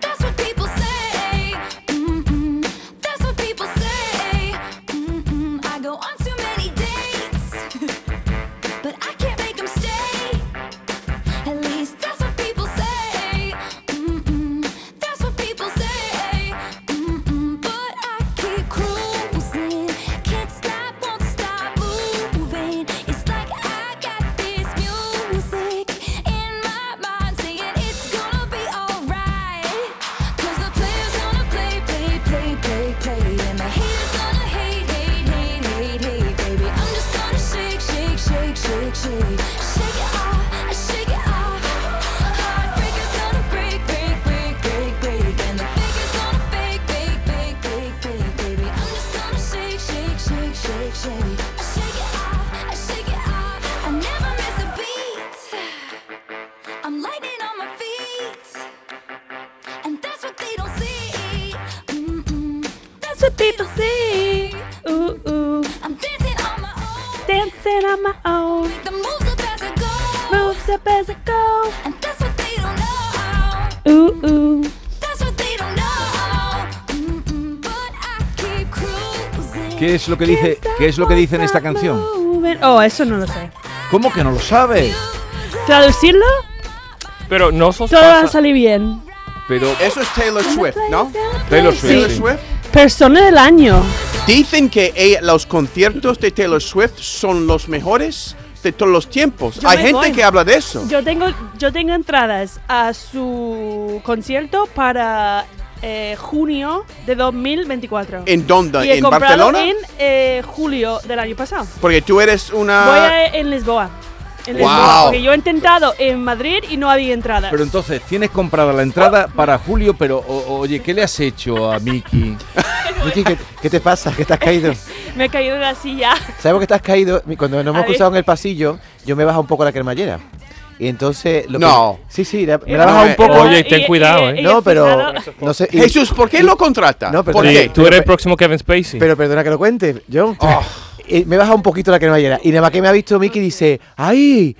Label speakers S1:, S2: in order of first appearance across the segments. S1: That's what people say. Mm-mm. That's what people say. Mm-mm. I go on too many dates, but I can't make them stay. At least that's what people say. Mm-mm. That's what people say. Mm-mm. But I keep cruising, can't stop, won't stop moving. It's like I got this music in my mind saying it's gonna be alright. Cause the player's gonna play, play, play, play, play. And the hater's gonna hate, hate, hate, hate, hate, baby. I'm just gonna shake, shake, shake, shake, shake. Shake it off, shake it off. Heartbreaker's gonna break, break, break, break, break. And the faker's gonna fake, fake, fake, fake, fake, baby. I'm just gonna shake, shake, shake, shake, shake. Shake it off, shake it off. I never miss a beat. I'm lightning on my feet. And that's what they don't see. Mm-mm. That's what they don't see.
S2: Uh, uh,
S1: I'm dancing on my own.
S2: dancing on my own.
S1: The moves are as I go.
S2: Moves up as I go.
S1: And that's what they don't know.
S2: Uh, uh.
S1: That's what they don't know. Mm-mm. But I keep cruising.
S3: ¿Qué es lo que dice, qué es lo que dice en esta canción?
S2: Oh, eso no lo sé.
S3: ¿Cómo que no lo sabe?
S2: ¿Traducirlo?
S4: Pero no sos
S2: Todo va a
S4: pasa-
S2: salir bien.
S4: Pero
S5: Eso es Taylor Swift, ¿no?
S4: Taylor Swift,
S5: Taylor
S4: sí.
S5: Swift.
S2: Persona del año.
S5: Dicen que eh, los conciertos de Taylor Swift son los mejores de todos los tiempos.
S2: Yo
S5: Hay
S2: me
S5: gente
S2: voy.
S5: que habla de eso.
S2: Yo tengo, yo tengo entradas a su concierto para eh, junio de 2024.
S5: ¿En dónde?
S2: y he
S5: ¿En
S2: comprado
S5: Barcelona?
S2: en eh, julio del año pasado.
S5: Porque tú eres
S2: Voy
S5: una...
S2: a, en Lisboa. En
S5: Wow.
S2: Lisboa. Porque yo he intentado en Madrid y no había entradas.
S3: Pero entonces, tienes comprada la entrada para julio, pero o- oye, ¿qué le has hecho a Miki?
S6: Miki, ¿qué, qué te pasa? ¿Qué te has caído?
S2: Me he caído de la silla.
S6: Sabemos que te has caído. Mi- Cuando nos
S2: A
S6: hemos
S2: ver.
S6: cruzado en el pasillo, yo me he bajado un poco la cremallera. Y entonces. lo
S5: No.
S6: que- Sí, sí, la- me
S2: Eh,
S6: la he bajado
S5: no,
S6: un poco.
S4: Oye, ten cuidado, ¿eh?
S2: y
S6: no,
S2: he
S6: pero.
S2: fijado-
S6: No sé. y-
S5: Jesús, ¿por qué lo contrata?
S6: No,
S5: ¿Por
S6: perdona.
S4: Sí,
S5: qué?
S6: Oye,
S4: tú eres
S6: pero-
S4: el próximo Kevin Spacey.
S6: Pero perdona que lo cuente, John.
S5: Oh.
S6: Eh, me he bajado un poquito la cremallera. Y nada más que me ha visto Miki dice, ¡ay!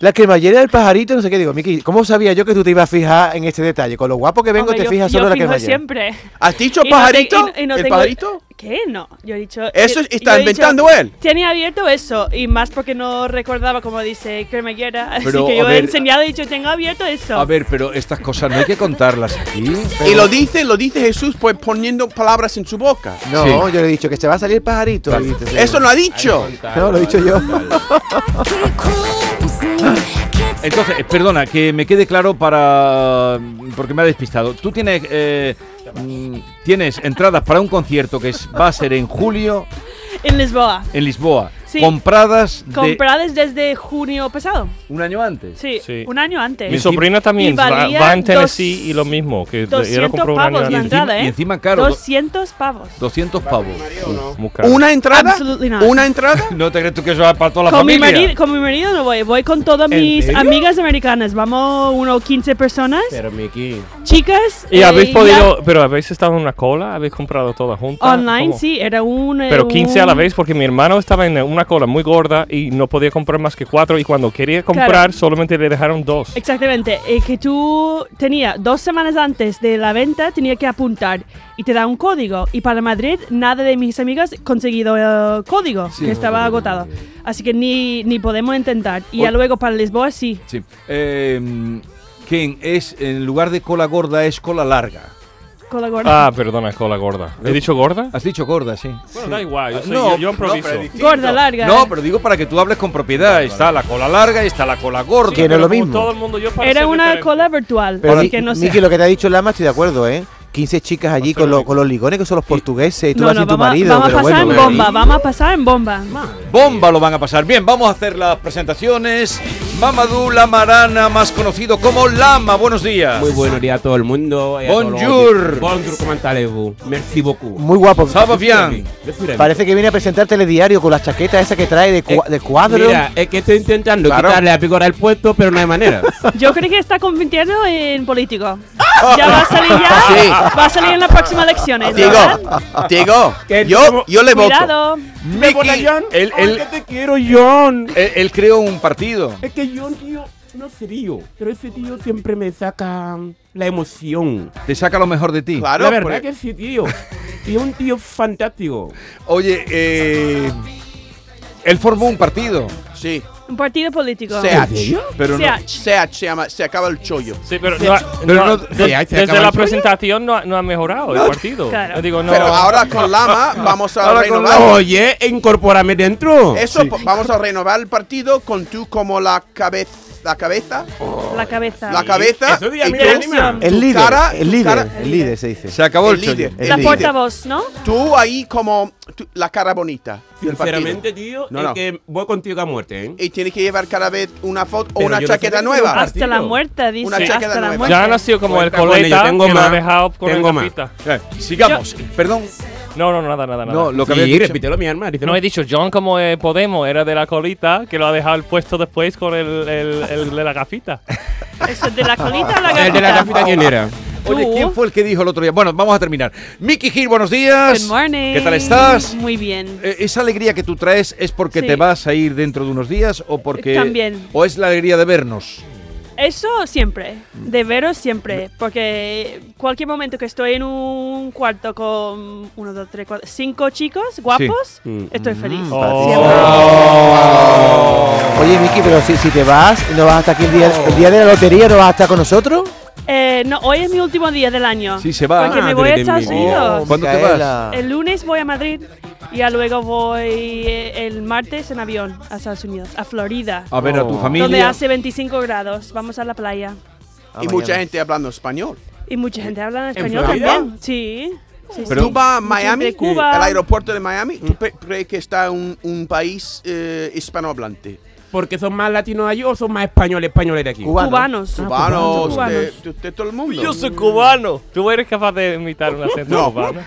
S6: La cremallera del pajarito, no sé qué. Digo, Miki, ¿cómo sabía yo que tú te ibas a fijar en este detalle? Con lo guapo que vengo,
S2: Hombre,
S6: te
S2: yo-
S6: fijas
S2: yo
S6: solo en la
S2: fijo
S6: cremallera.
S2: siempre.
S5: ¿Has dicho
S2: Y no te-
S5: pajarito?
S2: y- y no
S5: ¿El
S2: tengo-
S5: pajarito?
S2: ¿Qué? No, yo he dicho...
S5: Eso
S2: eh,
S5: está
S2: yo he
S5: inventando él.
S2: Tenía abierto eso, y más porque no recordaba, como dice cremallera. Así
S3: Pero,
S2: que
S3: a
S2: yo he
S3: ver-
S2: enseñado y he dicho, tengo abierto eso.
S3: A ver, pero estas cosas no hay que contarlas aquí.
S5: Y lo dice, lo dice Jesús pues poniendo palabras en su boca.
S6: No,
S3: Sí.
S6: yo le he dicho que se va a salir el pajarito. Y dice,
S5: Eso no ha dicho.
S6: No, lo he dicho yo.
S1: Keep cruising. Can't stop.
S3: Entonces, eh, perdona, que me quede claro para... porque me ha despistado. Tú tienes... eh, mm, tienes entradas para un concierto que es- va a ser en julio
S2: En Lisboa.
S3: en Lisboa.
S2: Sí.
S3: Compradas de
S2: Compradas desde junio pasado.
S3: un año antes.
S2: Sí,
S4: Sí.
S2: un año
S4: Mi
S2: antes.
S3: Eso-
S4: sobrina
S2: Y
S4: también va,
S2: valía
S4: va en
S2: dos-
S4: Tennessee y lo mismo. Que ella lo
S2: 200
S4: compró un año
S2: pavos la
S4: antes.
S3: encima-
S2: entrada, ¿eh?
S3: y encima caro, do-
S2: 200 pavos.
S3: 200 pavos.
S4: Muy caro.
S5: ¿Una entrada?
S2: Absolutely not.
S5: ¿Una entrada?
S3: ¿No te crees tú que eso va para toda la
S2: Con mi,
S3: familia?
S2: marido, con mi marido no voy, voy con todas
S3: ¿En
S2: mis
S3: serio?
S2: amigas americanas. Vamos uno 15 personas,
S6: Pero Miki.
S2: chicas.
S4: ¿Y
S2: eh,
S4: habéis
S2: ya
S4: podido, pero habéis estado en una cola? ¿Habéis comprado todas juntas?
S2: Online,
S4: ¿Cómo?
S2: sí, era un... eh,
S4: Pero 15 a la
S2: un-
S4: vez porque mi hermano estaba en una cola muy gorda y no podía comprar más que cuatro y cuando quería comprar
S2: Claro.
S4: solamente le dejaron dos.
S2: Exactamente, eh, que tú tenía dos semanas antes de la venta, tenía que apuntar y te da un código. Y para Madrid, nada de mis amigas conseguido el código, que estaba agotado. Así que ni, ni podemos intentar. Y ya
S3: Ol-
S2: luego para Lisboa, sí.
S3: Sí. Eh, Ken, es, en lugar de cola gorda es cola larga.
S2: Con la gorda.
S4: Ah, perdona, cola gorda. ¿He dicho gorda?
S3: Has dicho gorda, sí.
S4: Bueno, da igual, yo, soy-
S3: No,
S4: yo- yo improviso.
S2: gorda, larga.
S3: No, pero digo para que tú hables con propiedad. Está la cola larga y está la cola gorda.
S4: Sí,
S6: Que no es lo
S4: pero como
S6: mismo.
S4: todo el mundo, yo para
S2: Era
S4: ser
S2: una
S4: diferente.
S2: cola virtual,
S6: Pero
S2: así
S6: Mi-
S2: que no sé.
S6: Miki, lo que te ha dicho Lama, estoy de acuerdo, ¿eh? 15 chicas allí con, lo- con los ligones que son los portugueses y tú
S2: No,
S6: vas
S2: no,
S6: sin tu
S2: vamos, a-
S6: marido.
S2: vamos a
S6: pero
S2: pasar
S6: bueno, eh,
S2: en
S6: pero-
S2: bomba, vamos a pasar en bomba.
S3: Bomba lo van a pasar. Bien, vamos a hacer las presentaciones. Mamadou Lamarana, más conocido como Lama. Buenos días.
S7: Muy buenos días a todo el mundo. y a todos los
S3: Bonjour.
S7: oyentes. Bonjour, ¿cómo allez-vous? Merci beaucoup.
S6: Muy guapo.
S3: Ça va bien.
S7: Je suis ravi.
S6: Parece que viene a presentar telediario con la chaqueta esa que trae de,
S7: Eh,
S6: cua- de cuadro.
S7: Mira, es que estoy intentando
S5: Claro.
S7: quitarle a Picora el puesto, pero no hay manera.
S2: Yo creo que está convirtiendo en político. Ya va a salir ya.
S5: Sí.
S2: Va a salir en las próximas elecciones. ¿verdad?
S5: Digo, digo,
S7: Que
S5: yo,
S7: tengo-
S5: yo le voto.
S2: Cuidado.
S7: Me
S3: Mickey,
S7: pone John.
S3: él-
S7: Ay,
S3: él-
S7: que te quiero, John.
S3: Él, él creó un partido.
S7: Es que John, tío, no sé, tío. Pero ese tío siempre me saca la emoción.
S3: Te saca lo mejor de ti.
S5: Claro,
S7: la verdad
S5: porque-
S7: que sí, tío. Y es un tío fantástico.
S3: Oye, eh, él formó un partido,
S5: sí.
S2: Un partido político.
S5: Seach.
S3: pero no,
S2: Seach.
S5: Seach se llama, se acaba el chollo.
S4: Sí, pero, no ha-
S3: Pero
S4: no ha-
S3: no-
S4: des-
S7: Sí, ahí se acaba
S4: desde
S7: el
S4: la
S7: sueño.
S4: presentación no ha, no ha mejorado el partido.
S2: Claro.
S4: Yo digo, no,
S5: Pero ahora con Lama vamos a
S3: Ahora con
S5: renovar.
S3: Lama.
S7: Oye, incorpórame dentro.
S5: Eso, po- vamos a renovar el partido con tú como la cabeza. La cabeza.
S2: La cabeza.
S5: La cabeza.
S7: Eso ya
S5: y
S7: me
S5: tú-
S7: anima.
S6: El
S5: tu
S6: líder,
S5: cara-
S6: el
S5: tu
S6: líder,
S5: cara-
S6: el líder se
S7: Este,
S6: dice.
S3: se acabó el, Eh,
S5: El líder.
S3: chollo.
S2: La
S5: líder.
S2: portavoz, ¿no?
S5: Tú ahí como tú- la cara bonita. del partido.
S7: Sinceramente, tío,
S5: No,
S7: es
S5: no.
S7: que voy contigo a muerte, ¿eh?
S5: Y tienes que llevar cada vez una foto o
S7: Pero
S5: una
S7: yo no sé
S5: chaqueta
S7: de qué
S5: nueva.
S7: hablas.
S2: Hasta la muerte,
S5: Ah, Una
S2: dice.
S5: chaqueta
S2: Hasta la
S5: nueva.
S2: muerte.
S4: ya no ha sido como el
S7: Cuenta con
S4: coleta
S7: ello, tengo
S4: que lo ha
S7: más,
S4: dejado con
S7: tengo
S4: el
S7: más.
S4: gafita.
S3: Eh, Sigamos. Perdón.
S4: No, no, nada, nada, nada.
S3: No, lo que había
S7: Sí,
S3: dicho-
S7: repítelo, mi hermano.
S4: No he dicho John como eh, Podemos, era de la colita que lo ha dejado el puesto después con el, el- el de la gafita.
S2: ¿Eso es de la colita o la gafita?
S7: Ah, El de la gafita, ¿quién era?
S3: Oye,
S2: Tú.
S3: ¿quién fue el que dijo el otro día? Bueno, vamos a terminar. Mickey Gil, buenos días.
S2: Good morning.
S3: ¿Qué tal estás?
S2: Muy bien.
S3: Eh, ¿Esa alegría que tú traes es porque
S2: Sí.
S3: te vas a ir dentro de unos días o porque...
S2: También.
S3: ¿O es la alegría de vernos?
S2: Eso siempre, de veros siempre, porque cualquier momento que estoy en un cuarto con uno, dos, tres, cuatro, cinco chicos guapos,
S7: Mm.
S2: estoy feliz.
S4: Oh,
S6: Oye, Miki, pero si, si te vas, ¿no vas hasta aquí el día, el día de la lotería? ¿No vas hasta con nosotros?
S2: Eh, no, hoy es mi último día del año.
S3: Sí, se va.
S2: Porque me
S7: Madre
S2: voy a
S7: de
S2: Estados
S7: mi vida.
S2: Unidos.
S3: ¿Cuándo te vas?
S6: Oh, Micaela.
S2: El lunes voy a Madrid y ya luego voy eh, el martes en avión a Estados Unidos, a Florida,
S3: A ver a tu
S6: Oh.
S3: Ah, familia.
S2: donde hace 25 grados. Vamos a la playa.
S6: Ah,
S5: y
S6: mañana.
S5: mucha gente hablando español.
S2: Y mucha gente habla en español
S7: Florida?
S2: también. Sí. sí, sí.
S3: Pero-
S5: tú vas a
S2: Mucha gente
S5: Miami,
S2: de Cuba.
S5: el aeropuerto de Miami, ¿tú pe- crees que está un, un país eh, hispanohablante?
S2: Ah,
S7: Porque son más latinos allí o son más españoles españoles de aquí.
S6: Cubano.
S2: Cubanos.
S5: Ah, Cubanos,
S2: pues, cubanos.
S5: de, de- de todo el mundo.
S4: Yo soy cubano. Tú eres capaz de imitar un acento
S5: No.
S4: cubano.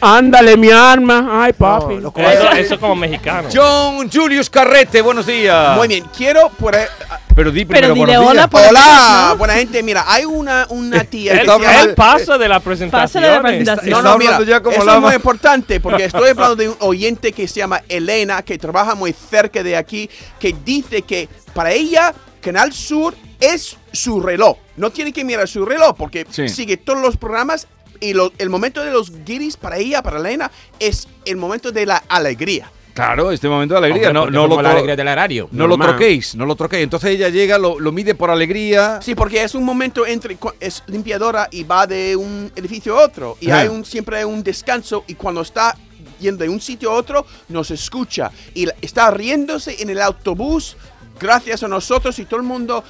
S7: Ándale, mi alma. Ay, papi.
S6: los cubanos.
S4: Eso, eso es como mexicano.
S3: John Julius Carrete, buenos días.
S5: Muy bien, quiero por eh,
S3: Pero di
S2: Pero
S3: primero
S2: dile
S3: buenos
S2: hola, pues.
S3: días.
S2: por
S5: Hola,
S2: ejemplo, ¿no?
S5: buena gente. Mira, hay una, una tía que
S4: Él,
S5: se llama-
S4: él pasa de la presentación.
S2: Pasa de la presentación.
S5: No,
S3: Está
S5: no, mira,
S3: hablando ya como
S5: eso
S3: Lama.
S5: es muy importante porque estoy hablando de un oyente que se llama Elena, que trabaja muy cerca de aquí, que dice que para ella Canal Sur es su reloj. No tiene que mirar su reloj porque
S3: Sí.
S5: sigue todos los programas y lo- el momento de los guiris para ella, para Elena, es el momento de la alegría.
S3: Claro, este momento de alegría.
S7: Hombre,
S3: no
S7: porque
S3: no, lo,
S7: somos la
S3: tro-
S7: alegría del horario.
S3: no lo
S7: normal.
S3: troquéis, no lo troquéis. Entonces ella llega, lo, lo mide por alegría.
S5: Sí, porque es un momento entre cu- es limpiadora y va de un edificio a otro y
S3: Ajá.
S6: Eh.
S5: hay un siempre hay un descanso y cuando está yendo de un sitio a otro nos escucha y la- está riéndose en el autobús gracias a nosotros y todo el mundo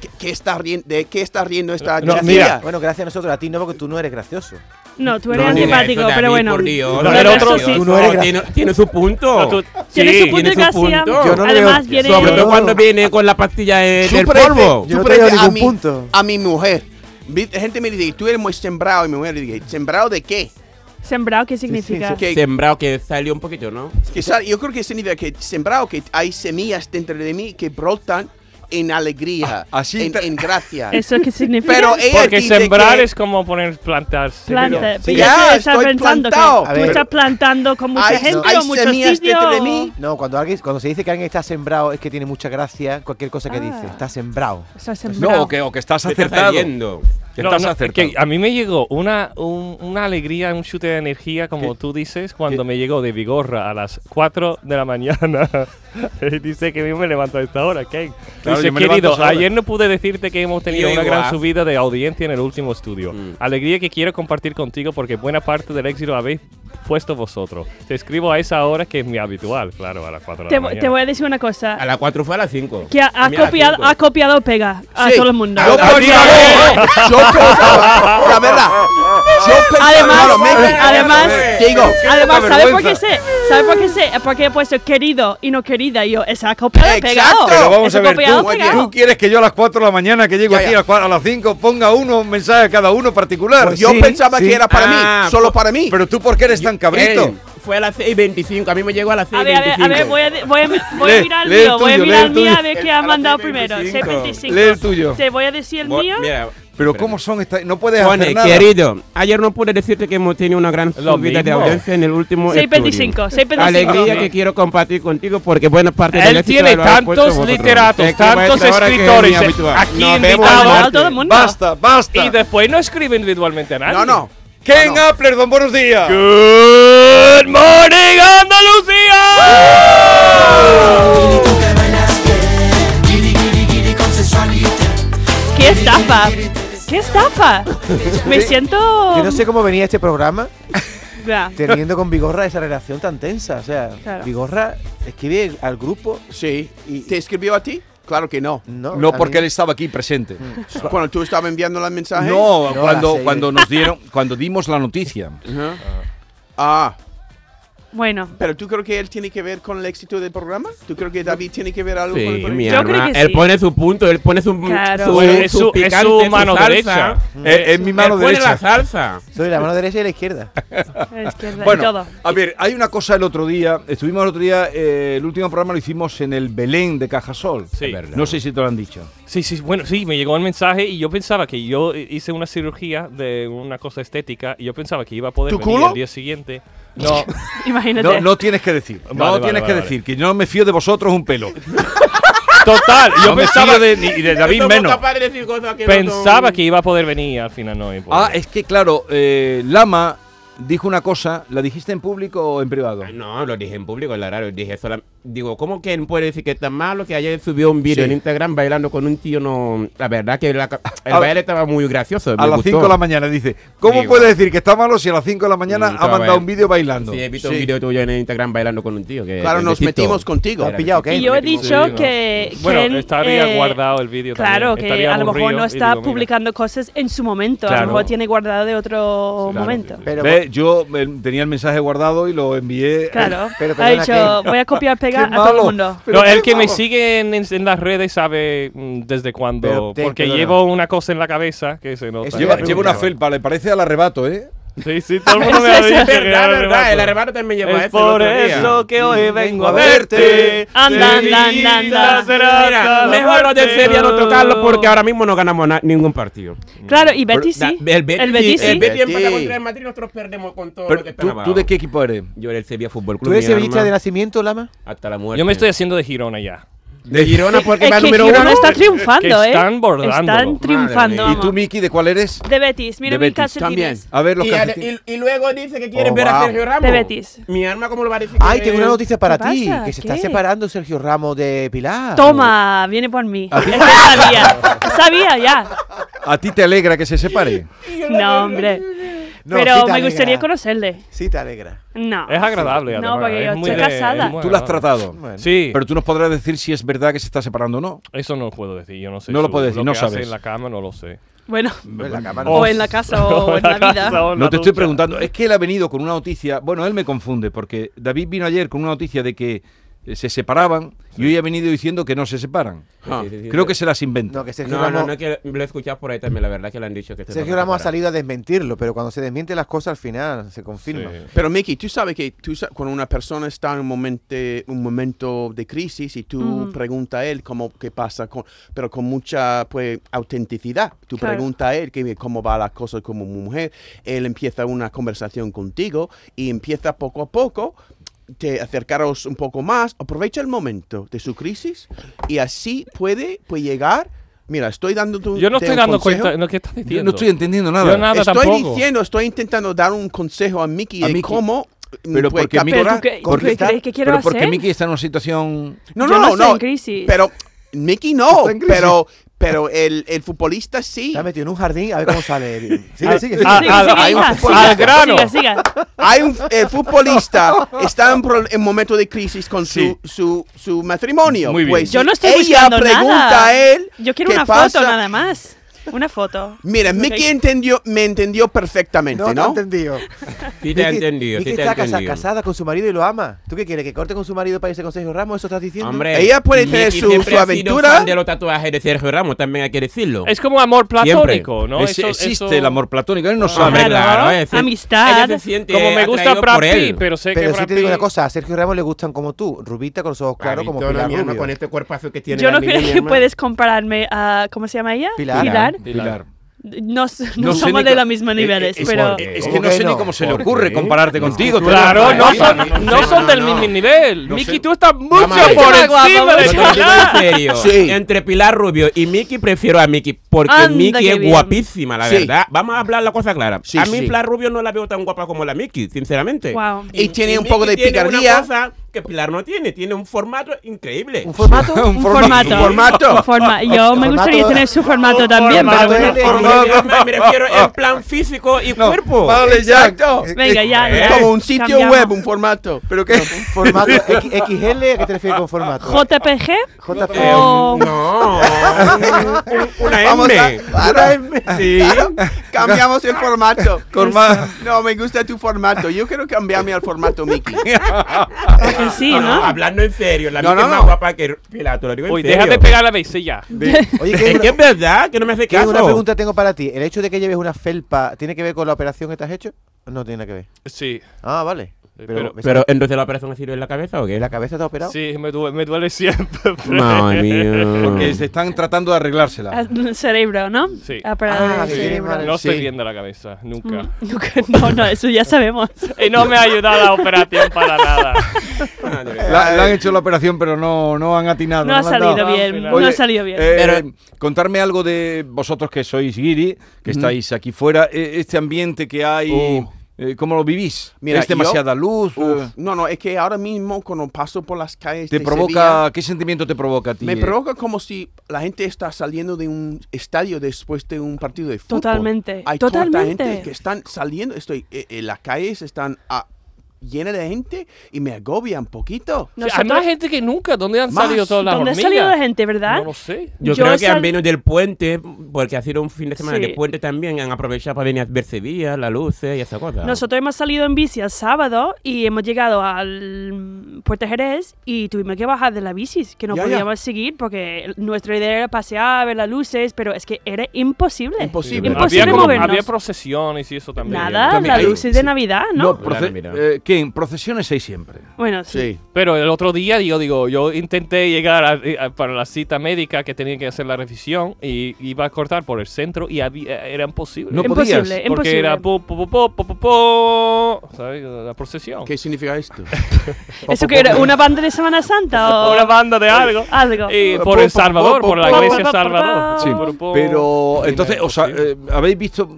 S5: que, que está riendo de qué está riendo esta
S4: No,
S5: chiquilla?
S4: mira.
S6: Bueno, gracias a nosotros, a ti no, porque tú no eres gracioso.
S2: No, tú eres
S7: No, mira,
S2: antipático,
S7: eso de
S2: pero
S7: mí,
S2: bueno.
S7: por Dios,
S4: No,
S7: no,
S4: el
S7: no,
S4: otro
S7: no,
S4: sí.
S7: no,
S6: Tú no eres
S7: tiene, tiene su punto.
S4: No, tú-
S2: Tiene
S4: sí.
S2: su punto
S7: tiene
S2: de
S7: su
S2: gracia.
S7: punto. Yo
S6: no le
S2: Además,
S6: veo-
S2: viene.
S7: Sobre todo
S6: No.
S7: cuando viene con la pastilla eh,
S5: Tú
S7: del
S5: pareces-
S7: polvo.
S5: tú
S6: Yo no
S5: pareces
S6: tengo
S5: a
S6: ningún
S5: mi,
S6: punto.
S5: a mi mujer Vi- gente me dice tú eres muy sembrado y mi mujer dice sembrado de qué
S2: Sembrado, ¿qué significa?
S5: sí. que-
S7: Sembrado que salió un poquito, ¿no?
S5: Que sal- yo creo que significa que sembrado, que hay semillas dentro de mí que brotan en alegría,
S3: Ah, así
S5: en,
S3: te-
S5: en gracia.
S2: ¿Eso qué significa?
S5: Pero ella
S4: Porque
S5: dice
S4: sembrar
S5: que-
S4: es como poner plantas.
S2: Planta.
S6: Sí,
S2: ya
S5: ya,
S2: te estás
S5: estoy
S2: pensando
S5: plantado.
S6: A
S2: que
S6: ver.
S2: tú estás plantando con mucha
S5: Hay-
S2: gente
S5: hay
S2: o muchos
S5: semillas
S2: sitios.
S5: dentro de mí.
S6: No, cuando alguien, cuando se dice que alguien está sembrado es que tiene mucha gracia cualquier cosa que
S2: Ah.
S6: dice. Está sembrado.
S2: O sea,
S3: Pues No,
S2: sembrado.
S3: o que, o que estás
S7: Se Pues está
S3: acertado.
S7: saliendo.
S3: Que
S4: No,
S3: estás
S4: no, es
S3: acertado.
S4: que a mí me llegó una, un- una alegría, un chute de energía, como tú dices, cuando me llegó de Vigorra a las 4 de la mañana. Él Dice que yo me levanto a esta hora, Ken.
S3: Claro,
S4: Dice,
S3: yo me levanto a
S4: querido,
S3: esa hora".
S4: ayer no pude decirte que hemos tenido
S7: Yo
S4: una
S7: igual.
S4: gran subida de audiencia en el último estudio.
S7: Mm.
S4: Alegría que quiero compartir contigo porque buena parte del éxito habéis puesto vosotros. Te escribo a esa hora que es mi habitual, claro, a las 4 de
S2: Te,
S4: la
S2: vo-
S4: mañana.
S2: te voy a decir una cosa.
S7: A las 4 fue a las 5.
S2: Que ha, ha copiado, ha copiado pega a
S5: Sí.
S2: todo el mundo.
S5: Yo pensaba, yo pensaba, la verdad, yo pensaba,
S2: Además-
S5: claro, Miki,
S2: además-
S5: digo,
S2: Además,
S3: Qué
S2: ¿sabes por qué
S3: vergüenza.
S2: sé? ¿Sabes por qué sé? Porque he puesto querido y no querida. Y yo, esa ha copiado
S5: Exacto.
S2: pegado.
S3: Pero vamos
S2: Eso
S3: a ver,
S2: copiado,
S3: tú,
S2: pegado.
S3: tú quieres que yo a las 4 de la mañana que llego
S5: Ya,
S3: aquí
S5: ya.
S3: a las cua- a las 5 ponga uno un mensaje a cada uno particular.
S6: Pues
S5: yo
S6: sí,
S5: pensaba
S6: sí.
S5: que era para
S7: Ah,
S5: mí, solo para mí.
S3: Pero tú, ¿por qué eres tan cabrito?
S7: Fue a las 6.25. A mí me llegó a las 6.25.
S2: A ver, a ver, a ver, voy a, de- voy a, mi- voy a
S3: Lee-
S2: mirar el
S3: lee el
S2: mío, voy a
S3: tuyo,
S2: mirar el
S3: lee el
S2: mío a
S3: tuyo.
S2: ver qué
S7: El-
S2: ha
S7: ahora
S2: mandado
S7: tiene
S2: primero.
S7: 25.
S2: 625.
S3: Lee el tuyo.
S2: Te voy a decir el
S7: Bo-
S2: mío.
S7: Mira,
S8: Pero ¿cómo son estas? No puedes hacer
S7: Pone,
S8: nada.
S7: querido, ayer no pude decirte que hemos tenido una gran
S4: Lo
S7: subida de
S4: mismo.
S7: audiencia en el último estudio.
S2: 625, 625.
S7: Alegría que quiero compartir contigo porque buena parte del
S4: Él
S7: éxito
S4: tiene
S7: lo habéis puesto
S4: tantos
S7: vosotros.
S4: literatos,
S7: Es que
S4: tantos
S7: vuestra hora que es
S4: escritores eh,
S7: mi habitual.
S4: aquí
S7: Nos vemos
S4: invitados
S2: Normal, todo el mundo.
S8: Basta, basta.
S4: y después no escribe individualmente a nadie.
S5: No, no.
S8: Ken Appler, don buenos días.
S4: Good morning, Andalucía.
S2: ¡Qué estafa! ¡Qué estafa! Me siento.
S6: Yo no sé cómo venía este programa
S2: Ya.
S6: teniendo con Vigorra esa relación tan tensa. O sea,
S2: Claro.
S6: Vigorra escribe al grupo.
S5: Sí. ¿Y ¿Te escribió a ti? Claro que no. Mm.
S6: No,
S3: No
S6: a mí-
S3: porque él estaba aquí presente.
S5: Cuando tú estabas enviando el mensaje.
S3: No,
S6: No, las
S3: cuando,
S6: seis.
S3: cuando nos dieron, cuando dimos la noticia.
S5: Ajá. Ah,
S2: Bueno,
S5: pero ¿tú crees que él tiene que ver con el éxito del programa? ¿Tú crees que David tiene que ver algo
S7: Sí,
S5: con el
S7: mi
S5: programa?
S2: Yo creo
S7: alma.
S2: que
S7: Él
S2: sí.
S7: pone su punto, él pone su,
S2: Claro.
S7: su,
S4: Bueno, es su- es
S7: picante,
S4: su mano
S7: salsa.
S4: derecha.
S5: Mm.
S3: Eh, es mi mano
S7: él pone
S3: derecha.
S7: la salsa.
S6: Soy la mano derecha y la izquierda.
S2: es que es
S3: Bueno,
S2: todo.
S3: a ver, hay una cosa el otro día. Estuvimos el otro día, eh, el último programa lo hicimos en el Belén de Cajasol.
S4: Sí.
S3: No sé si te lo han dicho.
S4: Sí, sí, bueno, sí, me llegó el mensaje y yo pensaba que yo hice una cirugía de una cosa estética y yo pensaba que iba a poder
S5: ¿Tu
S4: venir
S5: culo?
S4: el día siguiente. No,
S2: Imagínate.
S3: No, no tienes que decir. No
S4: Vale, vale,
S3: tienes
S4: vale,
S3: que
S4: vale.
S3: decir. Que yo no me fío de vosotros un pelo.
S4: total, yo
S3: no me
S4: pensaba,
S3: fío de, ni de David
S7: Somos
S3: menos.
S7: capaces de decir cosas que no
S4: pensaba
S7: son-
S4: que iba a poder venir, al final no. he podido.
S3: Ah, es que claro, eh, Lama dijo una cosa. ¿La dijiste en público o en privado?
S7: Ah, No, lo dije en público, en la radio. Dije sola- Digo, ¿cómo que puede decir que es tan malo que ayer subió un video
S5: Sí.
S7: en Instagram bailando con un tío? No, la verdad que la- el
S3: A-
S7: baile estaba muy gracioso.
S3: A las 5 de la mañana dice. ¿Cómo
S7: Digo.
S3: puede decir que está malo si a las 5 de la mañana ha mandado un vídeo bailando?
S7: Mm, Sí, he visto
S5: Sí.
S7: un video tuyo en Instagram bailando con un tío. Que,
S5: Claro,
S7: que
S5: nos
S7: necesito.
S5: metimos contigo.
S6: ¿Lo has pillado,
S2: Y
S6: Ken?
S2: yo he
S4: Sí,
S2: dicho
S4: no.
S2: que.
S4: Bueno,
S2: Ken,
S4: estaría
S2: eh,
S4: guardado el vídeo también.
S2: Claro, que
S4: Estaría
S2: a lo mejor
S4: aburrido
S2: no
S4: y
S2: está
S4: digo, mira.
S2: publicando cosas en su momento. A
S4: Claro.
S2: lo mejor tiene guardado de otro momento.
S6: Pero,
S3: Ve, Yo eh, tenía el mensaje guardado y lo envié.
S2: Claro.
S6: Pero
S2: ha
S6: perdona,
S2: dicho,
S6: Ken.
S2: voy a copiar, pegar
S3: Qué
S2: a todo
S3: malo.
S2: el mundo.
S3: Pero
S4: no, el
S3: qué
S4: que me
S3: malo.
S4: sigue en, en las redes sabe mm, desde cuándo.
S6: Pero te-
S4: porque
S6: perdona.
S4: llevo una cosa en la cabeza que se nota.
S6: Eso
S3: Lleva,
S6: Te
S3: lleva una
S6: preguntaba.
S3: felpa, le parece al arrebato, ¿eh?
S4: Sí, sí, todo el mundo me ha
S2: Eso es
S4: dicho. que
S7: Verdad,
S4: era
S7: verdad, el
S4: arrebato.
S7: arrebato también este lleva
S4: Es por eso que hoy vengo a verte.
S2: Anda, anda, anda, anda.
S7: Mira, mejor lo de Sevilla no tocarlo porque ahora mismo no ganamos na- ningún partido.
S2: Claro, y Betty
S7: Da-
S2: sí.
S7: El Betis,
S2: El Betis sí.
S7: El Betis empata
S5: Betis.
S7: contra el Madrid, nosotros perdemos con todo
S3: Pero,
S7: lo que está
S3: ¿tú,
S7: grabado.
S3: tú de qué equipo eres?
S7: Yo era el Sevilla Fútbol Club.
S6: ¿Tú eres
S7: mi
S6: sevillista
S7: alma,
S6: de nacimiento, Lama?
S7: Hasta la muerte.
S4: Yo me estoy haciendo de Girona ya.
S7: De Girona porque
S2: es
S7: va
S2: que
S7: número
S2: Girona
S7: uno.
S2: está triunfando,
S4: que
S2: ¿eh?
S4: están bordándolo.
S2: Están triunfando.
S7: mía.
S3: ¿Y tú,
S2: vamos.
S3: Miki, de cuál eres?
S2: De Betis, mira
S3: De
S2: mis
S3: Betis,
S5: También.
S2: calcetines.
S3: A ver, los
S7: Y,
S3: calcetines.
S7: y- y luego dice que quiere
S5: Oh,
S7: ver a
S5: wow.
S7: Sergio Ramos.
S2: De Betis.
S7: Mi arma, ¿cómo lo va a decir?
S6: Ay,
S7: que-
S6: tengo una noticia para
S2: ¿Qué
S6: ti.
S2: pasa?
S6: Que se está
S2: ¿Qué?
S6: separando Sergio Ramos de Pilar.
S2: Toma, viene por mí. Es que sabía, sabía ya.
S3: ¿A ti te alegra que se separe?
S2: No, hombre.
S6: No, sí
S2: Pero
S6: te
S2: me
S6: alegra.
S2: gustaría conocerle.
S6: Sí, te alegra.
S2: No.
S4: Es agradable,
S2: Ah, No,
S4: además.
S2: porque yo
S4: es muy
S2: estoy
S4: de-
S2: casada.
S4: es muy
S3: Tú la has
S4: agradable.
S3: tratado.
S6: Bueno.
S4: Sí,
S3: Pero tú nos podrás decir si es verdad que se está separando o no.
S4: eso no lo puedo decir, yo no sé.
S3: No lo
S4: su-
S3: puedes decir, no
S4: que hace
S3: sabes.
S4: en la cama no lo sé.
S2: Bueno,
S6: En Pues la cámara.
S2: o en la casa o en la vida.
S4: o Oh. en
S3: No
S4: la
S3: te estoy
S4: ducha.
S3: preguntando. Es que él ha venido con una noticia. Bueno, él me confunde porque David vino ayer con una noticia de que eh, se separaban y hoy ha venido diciendo que no se separan.
S7: Sí, sí, sí,
S3: Creo
S7: sí.
S3: que se las inventa.
S6: No, que Sergio
S7: No,
S6: Ramos,
S7: no, no, que lo he escuchado por ahí también. La verdad que le han dicho que se
S6: Sergio
S7: va a
S6: Ramos ha
S7: separar.
S6: salido a desmentirlo, pero cuando se desmienten las cosas al final se confirma.
S4: Sí.
S5: Pero Mickey, tú sabes que tú sa- cuando una persona está en un momento, un momento de crisis y tú
S2: Ujú.
S5: preguntas a él cómo qué pasa, con, pero con mucha pues autenticidad. Tú
S2: Claro.
S5: preguntas a él que, cómo va las cosas como mujer. Él empieza una conversación contigo y empieza poco a poco te acercaros un poco más. Aprovecha el momento de su crisis y así puede, puede llegar. Mira, estoy dando tu
S4: Yo no
S5: te
S4: estoy
S5: un
S4: dando
S5: consejo.
S4: cuenta de lo que estás
S3: Yo
S4: diciendo.
S3: no estoy entendiendo nada.
S4: Yo nada
S5: estoy
S4: tampoco.
S5: diciendo, estoy intentando dar un consejo a Mickey
S3: A
S5: de
S3: Mickey.
S5: cómo mm,
S3: Pero
S5: puede
S3: porque Mickey-
S2: Pero
S5: capturar-
S2: Pues, tú, qué-
S6: Porque
S2: tú
S6: está-
S2: crees que quiero
S3: Pero
S2: hacer.
S3: porque Miki está en una situación.
S5: No,
S2: Yo
S5: no,
S2: no
S5: no,
S2: estoy en crisis.
S5: Pero Mickey no,
S3: Está en crisis.
S5: pero pero el, el futbolista sí.
S6: Está metido en un jardín, a ver cómo sale. Sigue, sigue, sigue.
S4: ah,
S2: Sigue,
S4: ah,
S2: sigue,
S4: hay un-
S2: hija,
S4: al
S2: siga,
S4: grano.
S2: siga, siga.
S5: Hay un el futbolista está en, pro- en momento de crisis con
S3: Sí.
S5: su, su, su matrimonio.
S3: Muy bien.
S5: Pues
S2: Yo
S5: si
S2: no estoy
S5: ella
S2: buscando
S5: pregunta
S2: nada.
S5: a él.
S2: Yo quiero
S5: qué
S2: una
S5: pasa.
S2: foto nada más. Una foto.
S5: Mira,
S2: Ok.
S5: Mickey entendió, me entendió perfectamente,
S6: No,
S5: ¿no?
S6: no he entendido.
S7: ah, Sí, te he entendido.
S6: Vicky
S7: Sí, te he
S6: está casa-
S7: entendido.
S6: casada con su marido y lo ama. ¿Tú qué quieres? ¿Que corte con su marido para irse con Sergio Ramos? ¿Eso estás diciendo?
S7: Hombre,
S5: Ella puede tener
S7: Miki
S5: su-
S7: siempre
S5: su
S7: ha sido
S5: aventura.
S7: fan de los tatuajes de Sergio Ramos, también hay que decirlo.
S4: Es como amor platónico, ¿no?
S3: Es-
S4: Eso-
S3: existe
S4: eso-
S3: el amor platónico. Él no sabe.
S7: Hombre,
S2: Claro,
S7: es decir,
S2: amistad.
S7: ella se siente
S4: Como me gusta
S7: atraído
S4: Brad
S7: por
S4: Pitt,
S7: él.
S4: pero sé que
S6: Pero sí
S4: Brad
S6: te digo una
S4: Pitt-
S6: cosa, a Sergio Ramos le gustan como tú, rubita con los ojos claros como
S7: Pavito,
S6: Pilar
S7: mi alma,
S6: Rubio.
S7: con este cuerpazo que tiene
S2: Yo
S7: la
S2: no
S7: niña,
S2: creo
S7: mi
S2: que
S7: alma.
S2: puedes compararme a. ¿Cómo se llama ella?
S6: Pilar.
S3: Ah, Pilar.
S2: No, s- no
S3: No sé
S2: somos de
S3: ni ca-
S2: los mismos
S3: eh,
S2: niveles,
S3: eh, es-
S2: pero...
S3: eh, Es
S6: ¿Cómo
S3: que no
S6: que
S3: sé
S6: no?
S3: ni cómo se le
S6: ¿Por
S3: ocurre
S6: qué?
S3: compararte contigo. tío.
S4: Claro, no
S3: Ay,
S4: son,
S3: no
S4: no
S3: sé,
S4: son
S3: no,
S4: del
S3: no.
S4: mismo nivel.
S3: No
S4: Miki,
S3: sé.
S4: tú estás mucho
S5: Mamá,
S4: por
S2: qué guapa,
S4: encima de
S2: mucho
S7: Lo digo
S4: Chayanne.
S7: en serio.
S5: Sí.
S7: Entre Pilar Rubio y Miki prefiero a Miki porque
S2: Anda,
S7: Miki
S2: qué
S7: es
S2: bien.
S7: guapísima, la
S5: Sí.
S7: verdad. Vamos a hablar la cosa clara.
S5: Sí,
S7: a mí
S5: sí.
S7: Pilar Rubio no la veo tan guapa como la Miki, sinceramente.
S2: Wow.
S5: Y tiene un
S7: Miki
S5: poco de
S7: tiene una
S5: picardía.
S7: cosa que Pilar no tiene, tiene un formato increíble.
S6: ¿Un formato?
S2: Un formato.
S5: un formato.
S2: Un forma- Yo me
S6: Formato-
S2: gustaría tener su formato
S7: Un
S2: también,
S7: formato
S2: pero
S6: de-
S2: bueno.
S7: en el-
S8: Formato.
S7: Me refiero en plan físico y
S8: No,
S7: cuerpo.
S8: Vale, ya.
S5: Exacto.
S2: Venga, ya.
S7: Eh,
S2: ya.
S5: Como un sitio
S2: Cambiamos.
S5: web, un formato.
S8: ¿Pero qué?
S6: ¿Formato X- XL? ¿A qué te refieres con formato?
S2: JPG.
S6: JP.
S7: Eh,
S2: Oh.
S7: No. un- una
S5: Vamos
S7: M.
S5: a- para-
S7: Sí.
S5: Cambiamos el formato.
S8: Corma-
S5: No, me gusta tu formato. Yo quiero cambiarme al formato Mickey.
S2: Que sí,
S7: No, no,
S2: ¿no?
S7: Hablando en serio, la
S5: No,
S7: Miki
S5: no,
S7: es más
S5: no.
S7: guapa que Pilar, te lo digo en
S4: Uy,
S7: serio.
S4: déjate pegar la besilla.
S6: Oye, que
S7: Es
S6: una,
S7: que es verdad que no me hace
S6: que
S7: caso.
S6: una pregunta tengo para ti. ¿El hecho de que lleves una felpa tiene que ver con la operación que te has hecho? No tiene nada que ver.
S4: Sí,
S6: Ah, vale.
S4: pero-
S7: Pero entonces la operación ha sido en la cabeza o qué?
S6: ¿la cabeza te ha operado?
S4: sí, me duele, me duele siempre.
S7: Madre mía.
S8: Porque se están tratando de arreglársela.
S2: El Ah, cerebro, ¿no?
S4: Sí.
S2: Ah, para-
S6: Ah, que tiene mal-
S4: No estoy
S6: sí.
S4: bien de la cabeza,
S2: Mm.
S4: nunca.
S2: No, no, eso ya sabemos.
S4: Y no me ha ayudado la operación para nada.
S3: La- Le han hecho la operación, pero no, no han atinado.
S2: No ha
S3: le han
S2: salido
S3: dado.
S2: bien,
S4: no ha
S2: salido bien.
S3: eh, contarme algo de vosotros que sois guiri, que estáis aquí fuera, eh, este ambiente que hay,
S5: Uh.
S3: eh, ¿cómo lo vivís?
S5: Mira,
S3: ¿Es demasiada luz?
S5: Uf,
S3: eh,
S5: no, no, es que ahora mismo cuando paso por las calles
S3: ¿Te
S5: de
S3: provoca,
S5: Sevilla,
S3: qué sentimiento te Este provoca a ti?
S5: me
S3: eh?
S5: provoca como si la gente está saliendo de un estadio después de un partido de fútbol.
S2: Totalmente,
S5: Hay tanta
S2: totalmente.
S5: gente que están saliendo, estoy, eh, eh, las calles están ah, llenas de gente y me agobia un poquito.
S4: O sea, hay más gente que nunca. ¿Dónde han
S5: Más.
S4: salido todas las
S2: ¿Dónde ha
S4: hormigas?
S2: salido la gente, verdad?
S4: No lo sé.
S7: Yo,
S2: Yo
S7: creo que
S2: sal-
S7: han venido del puente, porque ha sido un fin de semana
S2: Sí.
S7: de puente también. Han aprovechado para venir a ver Sevilla, las luces y esa cosa.
S2: Nosotros hemos salido en bici el sábado y hemos llegado al mm, Puerto Jerez y tuvimos que bajar de la bici, que no
S5: Ya, ya.
S2: podíamos seguir porque nuestra idea era pasear, ver las luces, pero es que era imposible.
S5: Imposible.
S2: Imposible
S4: había, como-
S2: movernos.
S4: había procesiones y eso también.
S2: Nada,
S3: También
S2: las
S3: hay-
S2: luces de Navidad, ¿no?
S3: No, proce-
S7: Claro, mira.
S3: eh, ¿qué? En procesiones hay siempre.
S2: Bueno, sí.
S5: Sí.
S4: Pero el otro día, yo digo, yo intenté llegar a- a- para la cita médica que tenía que hacer la revisión y iba a cortar por el centro y había- eh, era imposible. Em,
S3: No podías,
S2: imposible,
S3: porque
S4: porque
S2: imposible.
S4: era po, po, po, po, po, po, po, ¿sabes? La procesión.
S5: ¿Qué significa esto?
S2: ¿Eso que era? ¿Una banda de Semana Santa o
S4: Una banda de algo.
S2: algo?
S4: Y por El Salvador, por la
S2: po,
S4: iglesia
S2: po, po,
S4: Salvador.
S2: po. Sí,
S4: Po, po.
S3: Pero, entonces,
S2: pues
S3: o sea, eh, ¿habéis visto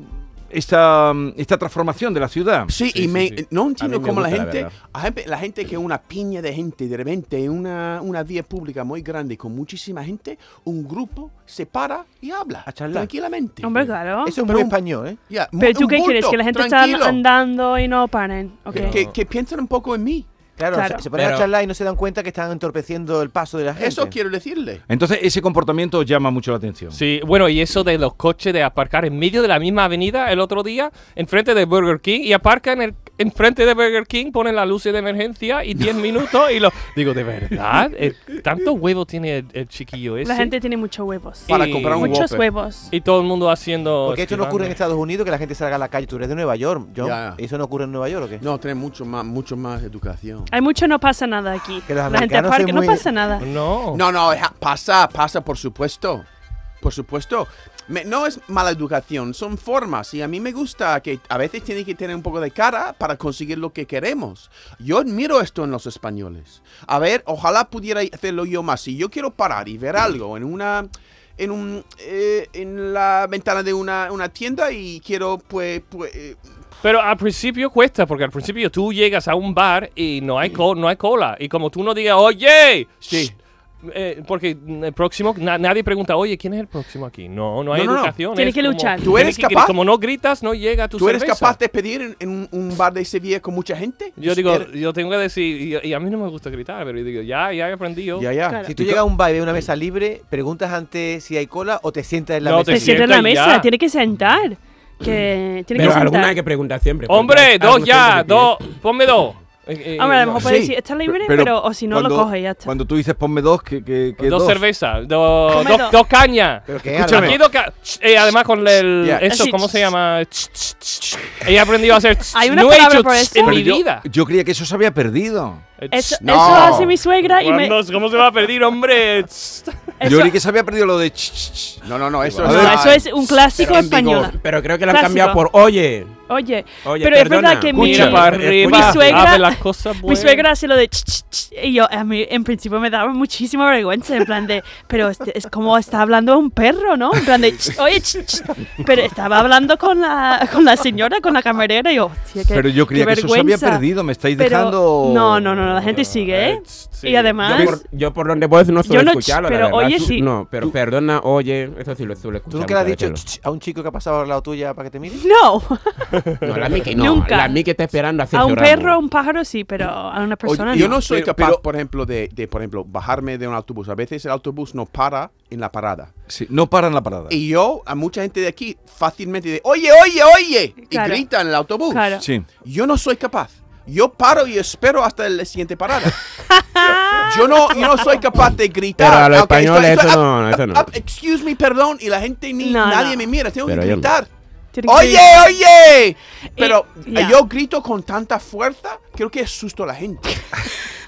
S3: esta, esta transformación de la ciudad?
S5: Sí,
S7: Sí,
S5: y
S7: sí,
S5: me,
S7: sí.
S5: no
S7: A
S5: entiendo
S7: mí me
S5: cómo la
S7: gusta, la
S5: gente,
S7: verdad.
S5: la gente, la gente que una piña de gente, de repente una, una vía pública muy grande con muchísima gente, un grupo se para y habla
S7: A charlar.
S5: tranquilamente.
S2: Hombre, claro.
S6: Eso es
S5: Pero
S6: muy
S5: un-
S6: español, ¿eh?
S5: Ya, mu-
S2: ¿Pero tú
S5: Eh, un
S2: qué quieres?
S5: bulto,
S2: ¿Que la gente
S5: tranquilo,
S2: está andando y no paren? Ok.
S5: Que, que piensen un poco en mí.
S6: Claro,
S2: Claro.
S6: Se, se ponen
S7: Pero-
S6: a charlar y no se dan cuenta que están entorpeciendo el paso de la gente.
S5: Eso quiero decirle.
S3: Entonces, ese comportamiento os llama mucho la atención.
S4: Sí, bueno, y eso de los coches de aparcar en medio de la misma avenida el otro día, enfrente de Burger King, y aparcan el, enfrente de Burger King, ponen las luces de emergencia y 10 minutos y lo... Digo, ¿de verdad? Eh, ¿Tanto huevo tiene el, el chiquillo ese?
S2: La gente tiene muchos huevos.
S4: Y-
S5: Para comprar un
S2: Muchos
S5: Whopper.
S2: huevos.
S4: Y todo el mundo haciendo...
S6: Porque esto no ocurre en
S4: esquivando.
S6: Estados Unidos, que la gente salga a la calle. Tú eres de Nueva York, John.
S5: Ya.
S6: ¿Eso no ocurre en Nueva York o qué?
S5: No, tener mucho más, mucho más educación.
S2: Hay mucho no pasa nada aquí.
S6: Que los
S2: la gente
S6: americanos
S2: aparca,
S6: son
S2: no
S6: muy-
S2: pasa nada.
S4: No.
S5: No, no, ja- pasa, pasa, por supuesto. Por supuesto. Me- no es mala educación, son formas. Y a mí me gusta que a veces tiene que tener un poco de cara para conseguir lo que queremos. Yo admiro esto en los españoles. A ver, ojalá pudiera hacerlo yo más. Si yo quiero parar y ver algo en una... En, un, eh, en la ventana de una, una tienda y quiero, pues, pues, eh,
S4: Pero al principio cuesta, porque al principio tú llegas a un bar y no hay, co- no hay cola. Y como tú no digas, oye,
S5: Sí.
S4: shh", eh, porque el próximo, na- nadie pregunta, oye, ¿quién es el próximo aquí? No, no hay
S5: No, no, no.
S4: educación.
S2: Tienes
S4: es
S2: que
S4: como-
S2: luchar.
S5: ¿Tú
S4: tienes
S5: eres
S4: que-
S5: capaz?
S4: Como no gritas, no llega tu
S5: ¿tú eres
S4: cerveza.
S5: capaz de pedir en, en un, un bar de Sevilla con mucha gente?
S4: Yo digo,
S5: Eres-
S4: yo tengo que decir, y, y a mí no me gusta gritar, pero yo digo, ya, ya he aprendido.
S5: Ya, ya.
S2: Claro.
S6: Si tú llegas a un bar y ves una mesa libre, preguntas antes si hay cola o te sientas en la
S4: No,
S6: mesa.
S4: te
S2: Te sientas en la
S4: sientas y
S2: mesa,
S4: ya.
S2: tiene que sentar. Que, tiene
S7: Pero
S2: que
S7: alguna
S2: sentar.
S7: hay que preguntar siempre.
S4: Hombre,
S5: Ah,
S7: porque
S4: dos
S7: algunos
S4: ya,
S7: siempre se
S4: dos, ponme dos. Eh, eh,
S2: Hombre, a lo mejor
S4: dos
S2: puede decir, está libre, pero, o si no, lo
S3: cuando-
S2: coge y ya está.
S3: Cuando tú dices ponme dos, que,
S5: Pues
S3: que, que dos.
S4: cervezas, dos,
S2: Come
S4: dos,
S2: dos.
S4: dos cañas.
S6: Pero que
S3: Escúchame.
S4: Aquí dos ca- ch- eh, además con el
S5: Ya.
S4: eso
S2: Así,
S4: cómo
S2: ch-
S4: se llama Ch- ch- ch- ch- he aprendido a hacer ch-
S2: Hay una
S4: no he
S2: palabra
S4: hecho
S2: por
S4: ch-
S2: eso.
S4: en
S3: Pero
S4: mi
S3: yo,
S4: vida
S3: yo creía que eso se había perdido.
S2: Eso,
S4: Ch-
S2: eso hace mi suegra y me...
S4: ¿Cuándo- cómo se va a pedir hombre Ch-
S2: Eso-
S8: Yo creí que se había perdido lo de... ch, ch, ch.
S5: No, no, no, eso,
S2: No,
S5: es,
S2: eso es un clásico
S5: Pero en vigor.
S2: español.
S7: Pero creo que lo han
S2: Clásico.
S7: cambiado por oye.
S2: Oye,
S7: Oye,
S2: pero es verdad
S7: perdona.
S2: que mi,
S4: Mira
S7: mi-
S4: para
S7: mi
S8: eh,
S4: arriba,
S2: suegra-
S4: haz las cosas
S2: mi
S4: buenas.
S2: suegra hace lo de ch, ch, ch, y yo a mí en principio me daba muchísima vergüenza en plan de, pero este, es como está hablando un perro, ¿no? En plan de, ch, oye, ch, ch. pero estaba hablando con la, con la señora, con la camarera y yo, hostia, qué-
S8: Pero yo
S2: qué
S8: creía que eso se había
S2: vergüenza.
S8: perdido. Me estáis
S2: Pero-
S8: dejando...
S2: No, no, no, no, la gente sigue, ¿eh? Y además,
S7: Yo por, yo por donde puedes no suelo
S2: Yo no ch-
S7: escucharlo, la
S2: pero
S7: verdad.
S2: oye
S7: Tú-
S2: sí.
S7: No, pero perdona, oye, eso sí lo suelo escuchar.
S6: ¿Tú nunca le has
S7: muchas
S6: dicho
S7: veces.
S6: ch, ch, a un chico que ha pasado al lado tuya para que te mire?
S2: No,
S7: No, la Miki no.
S2: Nunca.
S7: La Miki está esperando a
S2: a
S7: Sergio
S2: un
S7: Ramos.
S2: perro, a un pájaro sí, pero a una
S5: Oye,
S2: persona
S5: yo
S2: no.
S5: no soy
S8: Pero-
S5: capaz,
S8: pero-
S5: por ejemplo, de, de, por ejemplo, bajarme de un autobús. A veces el autobús no para en la parada.
S8: Sí, no paran la parada.
S5: Y yo, a mucha gente de aquí, fácilmente de, oye, oye, oye,
S2: Claro.
S5: y gritan en el autobús.
S2: Claro.
S8: Sí.
S5: Yo no soy capaz. Yo paro y espero hasta la siguiente parada. yo, no, yo no soy capaz de gritar.
S7: Pero a los
S5: aunque
S7: españoles
S5: estoy- estoy,
S7: eso
S5: "Ah,
S7: no,
S5: ah,
S7: eso no".
S5: ah, excuse me, perdón, y la gente ni
S2: No,
S5: nadie
S2: no.
S5: me mira, tengo
S7: Pero
S5: que
S7: yo no.
S5: gritar.
S2: Tiene que-
S5: Oye, oye. Pero
S2: Y- ya.
S5: yo grito con tanta fuerza, creo que asusto a la gente.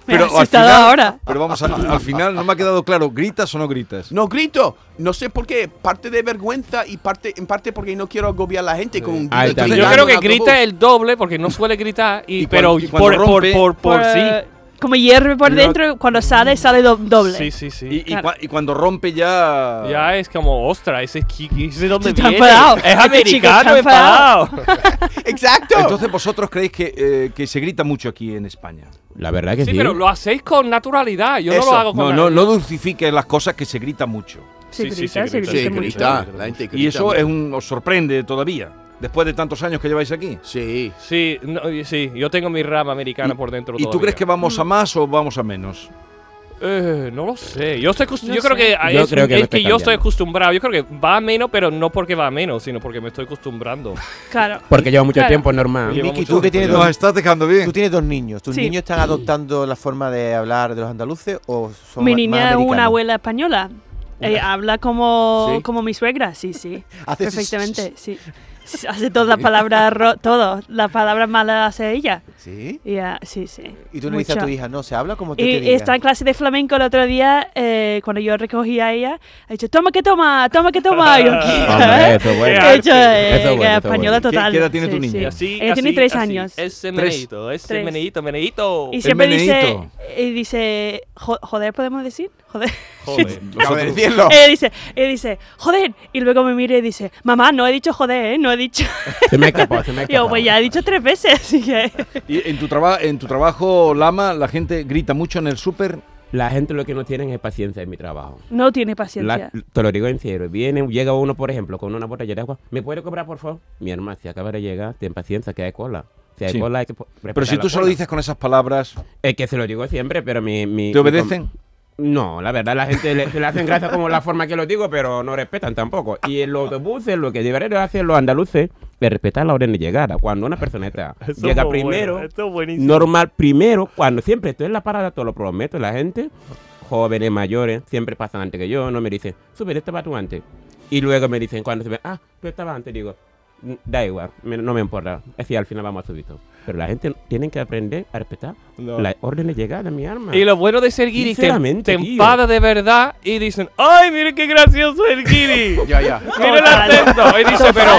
S2: Me ha
S8: Pero al
S2: asustado
S8: final-
S2: ahora.
S8: Pero vamos, al, al final no me ha quedado claro, ¿gritas o no gritas?
S5: No grito, no sé por qué, parte de vergüenza y parte en parte porque no quiero agobiar a la gente con un
S7: Ah,
S5: grito.
S7: también.
S4: Yo
S7: Dando
S4: creo
S5: en
S4: que
S5: un
S4: grita
S5: autobús.
S4: el doble porque no suele gritar, y,
S8: Y
S4: pero
S8: cuando- y
S4: por,
S8: cuando
S4: por,
S8: rompe-
S4: por, por sí.
S2: eh, Como hierve por
S7: No.
S2: dentro, cuando sale, sale do- doble.
S4: Sí, sí, sí.
S8: Y, ah. y
S2: Claro.
S8: cua- y cuando rompe ya...
S4: ya es como, ostra, ese Kiki, ese dónde
S2: Está
S4: viene.
S2: enfadado.
S4: Es
S2: Este chico está
S4: americano,
S2: enfadado.
S4: enfadado.
S5: Exacto.
S8: Entonces vosotros creéis que, eh, que se grita mucho aquí en España.
S7: La verdad que
S4: Sí,
S7: sí.
S4: pero lo hacéis con naturalidad. Yo
S5: Eso.
S4: no lo hago con
S8: No, no,
S4: naturalidad.
S8: no dulcifiques las cosas que se grita mucho.
S2: Se
S4: Sí, sí,
S2: grita,
S4: sí,
S2: se
S4: grita.
S2: grita
S5: Sí,
S2: mucho.
S5: grita, la gente grita.
S8: Y eso es un, os sorprende todavía, después de tantos años que lleváis aquí.
S5: Sí.
S4: Sí, no, y- sí, yo tengo mi rama americana por dentro.
S8: ¿Y tú
S4: todavía.
S8: crees que vamos
S4: Mm.
S8: a más o vamos a menos?
S4: Eh, no lo sé. Yo, estoy acost-
S2: No
S4: yo creo
S2: sé.
S4: que, ah,
S7: Yo
S4: es,
S7: creo que
S4: es
S7: no está
S4: que yo estoy
S7: cambiando.
S4: acostumbrado. Yo creo que va a menos, pero no porque va a menos, sino porque me estoy acostumbrando.
S2: Claro.
S7: Porque lleva mucho
S2: Claro.
S7: tiempo, es normal.
S4: Lleva
S6: Miki,
S4: mucho
S6: tú
S4: tiempo
S6: que tienes
S4: ya.
S6: dos,
S8: Nos estás dejando
S6: tú
S8: bien.
S6: tienes dos niños, ¿tus
S2: Sí.
S6: niños están adoptando la forma de hablar de los andaluces o son
S2: Mi
S6: más
S2: niña es una
S6: americanos?
S2: abuela española. Eh, habla como,
S5: Sí.
S2: como mi suegra, sí, sí.
S6: Hace
S2: Perfectamente, sí. Sí, Hace todas las palabras, ro- todo. Las palabras malas hace ella.
S6: Sí.
S2: Ya, sí, sí.
S6: Y tú le dices a tu
S2: Mucho.
S6: hija, no, se habla como tú te
S2: Y
S6: diga.
S2: está en clase de flamenco el otro día, eh, cuando yo recogí a ella, ha dicho, toma que toma, toma que toma. Y yo,
S4: Ah,
S7: Hombre, eso es
S2: He
S7: bueno.
S4: Qué
S2: hecho, eh,
S7: Eso es bueno, eso es
S2: española
S7: bueno.
S8: ¿Qué-
S2: total.
S8: qué edad tiene
S2: Sí,
S8: tu niña?
S2: sí.
S4: Así,
S2: Ella tiene
S4: así,
S2: tres
S4: así.
S2: años.
S4: Ese
S8: Tres.
S4: meneíto, ese
S2: Tres.
S4: meneíto, meneíto.
S2: Y siempre dice,
S8: meneíto.
S2: y dice, jo- joder, podemos decir, joder.
S4: Joder.
S5: Acabo de decirlo.
S2: Ella dice, ella dice, joder. Y luego me mira y dice, mamá, no he dicho joder, ¿eh? no he dicho.
S7: Se me escapó, se me escapó.
S2: Yo, pues ya he dicho tres veces, así que.
S8: Y en, tu traba- en tu trabajo, Lama, la gente grita mucho en el súper.
S7: La gente lo que no tienen es paciencia en mi trabajo.
S2: No tiene
S7: La-
S2: paciencia.
S7: te lo digo en serio. Viene, llega uno, por ejemplo, con una botella de agua. ¿Me puede cobrar, por favor? Mi hermano, si acaba de llegar, ten paciencia, que hay cola. Si hay
S8: Sí.
S7: cola, hay que. po-
S8: Pero
S7: respetar
S8: si
S7: la
S8: tú se lo
S7: cola.
S8: dices con esas palabras,
S7: Es que se lo digo siempre, pero
S8: ¿te
S7: mi. mi- mi com-
S8: obedecen?
S7: No, la verdad, la gente le, se le hacen gracia como la forma que lo digo, pero no respetan tampoco. Y en los autobuses, lo que deberían hacer los andaluces es respetar la orden de llegada. Cuando una persona está, llega primero, normal primero, cuando siempre estoy en la parada, te lo prometo, la gente, jóvenes, mayores, siempre pasan antes que yo, no me dicen, sube, estaba tú antes. Y luego me dicen, cuando se ve, ah, tú estabas antes, digo, "Mm, da igual, me- no me importa, es decir, al final vamos a subir todo. Pero la gente tiene que aprender a respetar la orden de llegada, mi arma.
S4: Y lo bueno de ser guiri, te,
S7: Sinceramente,
S4: te
S7: tío.
S4: empada de verdad y dicen, ¡ay, miren qué gracioso el guiri!
S5: Ya, ya.
S4: ¡Mira el
S2: Total.
S4: acento! Y dice, pero,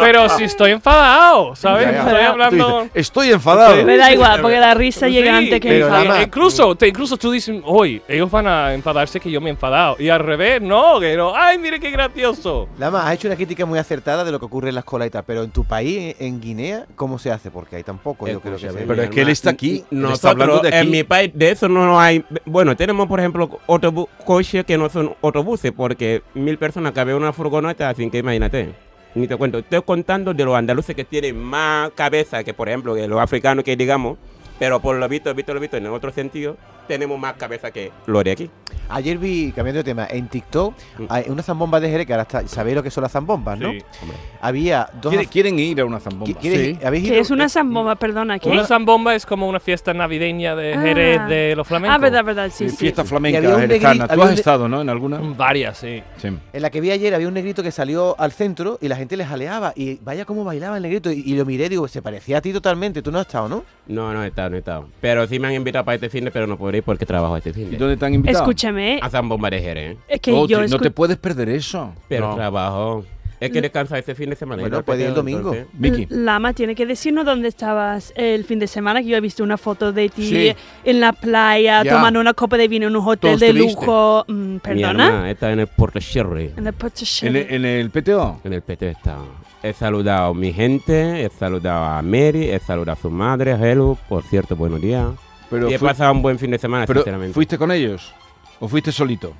S4: pero si estoy enfadado, ¿sabes?
S5: Ya, ya.
S4: Estoy
S8: Tú dices,
S4: hablando...
S8: Estoy enfadado.
S2: Me da igual, porque la risa
S4: Sí,
S2: llega antes que
S4: pero
S2: el
S4: nada
S2: favor.
S4: más. incluso, te- incluso tú dices, hoy ellos van a enfadarse que yo me he enfadado. Y al revés, no, que no, ay, mire qué gracioso.
S6: Lama, has hecho una crítica muy acertada de lo que ocurre en las colas y tal, pero en tu país, en- en Guinea, ¿cómo se hace? Porque hay tampoco, yo creo que
S7: Escúchame,
S6: se-
S8: Pero
S7: mi
S8: es que él
S7: hermano,
S8: está aquí,
S7: n-
S8: él
S7: Nosotros,
S8: está hablando de aquí.
S7: en mi país, de eso no hay. Bueno, tenemos, por ejemplo, autobu- coches que no son autobuses, porque mil personas caben en una furgoneta, así que imagínate. Ni te cuento. Estoy contando de los andaluces que tienen más cabeza que, por ejemplo, que los africanos que digamos, pero por lo visto, visto, lo visto, en otro sentido, tenemos más cabeza que los de aquí.
S6: Ayer vi, cambiando de tema, en TikTok
S7: Mm.
S6: hay una zambomba de Jerez, que ahora está- sabéis lo que son las zambombas, ¿no?
S4: Sí.
S6: Había dos...
S8: Quiere-
S6: af-
S8: quieren ir a una
S6: ¿Qui-
S8: zambomba.
S6: ¿Quieres,
S5: Sí.
S6: ¿Habéis ido?
S2: Que es una zambomba, perdona. ¿qué?
S4: Una zambomba es como una fiesta navideña de
S2: Ah.
S4: Jerez de los flamencos.
S2: Ah, verdad, verdad, sí.
S8: Sí,
S2: sí.
S8: Fiesta
S6: Y había
S8: flamenca,
S6: un negri-
S8: jerezana. Tú
S6: había un
S8: has
S6: ne-
S8: estado, ¿no? En alguna.
S4: Varias, sí.
S8: Sí.
S6: En la que vi ayer había un negrito que salió al centro y la gente le jaleaba y vaya cómo bailaba el negrito y, y lo miré digo, se parecía a ti totalmente, tú no has estado, ¿no?
S7: No, no he estado, no he estado. Pero sí me han invitado para este fin de, pero no podré ir porque trabajo este fin
S8: ¿Y
S7: de.
S8: dónde te han invitado?
S2: Escúchame, Escúchame.
S7: a Zambomba de Jerez. ¿eh?
S2: Es que
S8: Oye,
S2: yo
S8: no
S2: escu-
S8: te puedes perder eso.
S7: Pero trabajo. Es que descansa este fin de semana.
S6: Bueno,
S7: Yo
S6: puede ir el
S7: creo que
S6: domingo.
S7: entonces-
S8: Miki.
S2: Lama tiene que decirnos dónde estabas el fin de semana, que yo he visto una foto de ti
S5: Sí.
S2: en la playa,
S5: Ya.
S2: tomando una copa de vino en un hotel de
S5: Tosturiste.
S2: lujo. Mm,
S7: Mi
S2: ¿Perdona?
S7: hermana está en el Puerto Sherry.
S2: En el Puerto Sherry.
S8: En el, en el PTO.
S7: En el PT está. He saludado a mi gente, he saludado a Mary, he saludado a su madre, a Helu, por cierto, buenos días.
S8: Pero,
S7: y he
S8: fui-
S7: pasado un buen fin de semana,
S8: pero
S7: sinceramente.
S8: ¿fuiste con ellos? ¿O fuiste solito?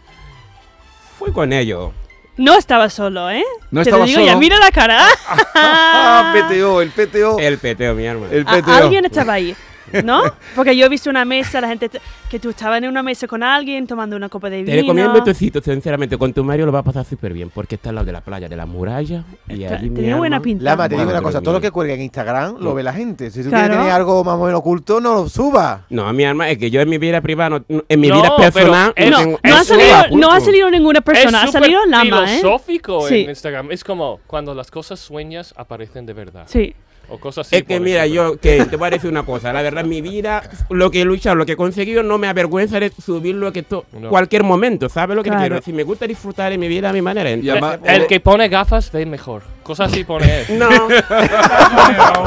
S7: Fui con ellos.
S2: No estaba solo, ¿eh?
S8: No
S2: Te lo
S8: estaba
S2: digo ya,
S8: solo.
S2: mira la cara.
S8: ¡Ah, PTO! El PTO.
S7: El peteo, mi hermano.
S8: El
S2: A-
S8: PTO.
S2: Ah, alguien estaba ahí, ¿no? Porque yo he visto una mesa, la gente... Que tú estabas en una mesa con alguien tomando una copa de
S7: Te
S2: vino.
S7: recomiendo este sitio, sinceramente. Con tu Mario lo vas a pasar súper bien, porque está al lado de la playa, de la muralla. Y
S2: Claro,
S7: allí, mi
S2: Tenía buena
S7: hermano,
S2: pinta.
S6: Lama, te digo
S7: Madre
S6: una cosa, todo lo
S7: mía.
S6: que
S7: Oh.
S6: cuelga en Instagram lo ve la gente. Si tú
S2: Claro.
S6: quieres tener algo más o menos oculto, no lo subas.
S7: No, mi hermano, es que yo en mi vida privada, no- en mi
S4: No,
S7: vida
S4: pero
S7: personal.
S4: es-
S7: tengo-
S2: No ha,
S4: Eso
S2: salido,
S4: era
S2: no ha
S7: justo.
S2: salido ninguna persona, ha
S4: es súper
S2: salido Lama, ¿eh?
S4: filosófico
S2: Sí.
S4: en Instagram. Es como cuando las cosas sueñas aparecen de verdad.
S2: Sí.
S4: O cosas así.
S7: Es que
S4: por
S7: mira,
S4: ejemplo.
S7: yo que te voy a decir una cosa, la verdad, mi vida, lo que he luchado, lo que he conseguido, no me avergüenza de subirlo que to-
S4: No.
S7: cualquier momento, ¿sabes lo que te
S2: Claro.
S7: quiero? Si me gusta disfrutar de mi vida a mi manera,
S8: Y
S7: entonces,
S8: además-
S4: El que pone gafas ve mejor. Cosas así pone él.
S7: no,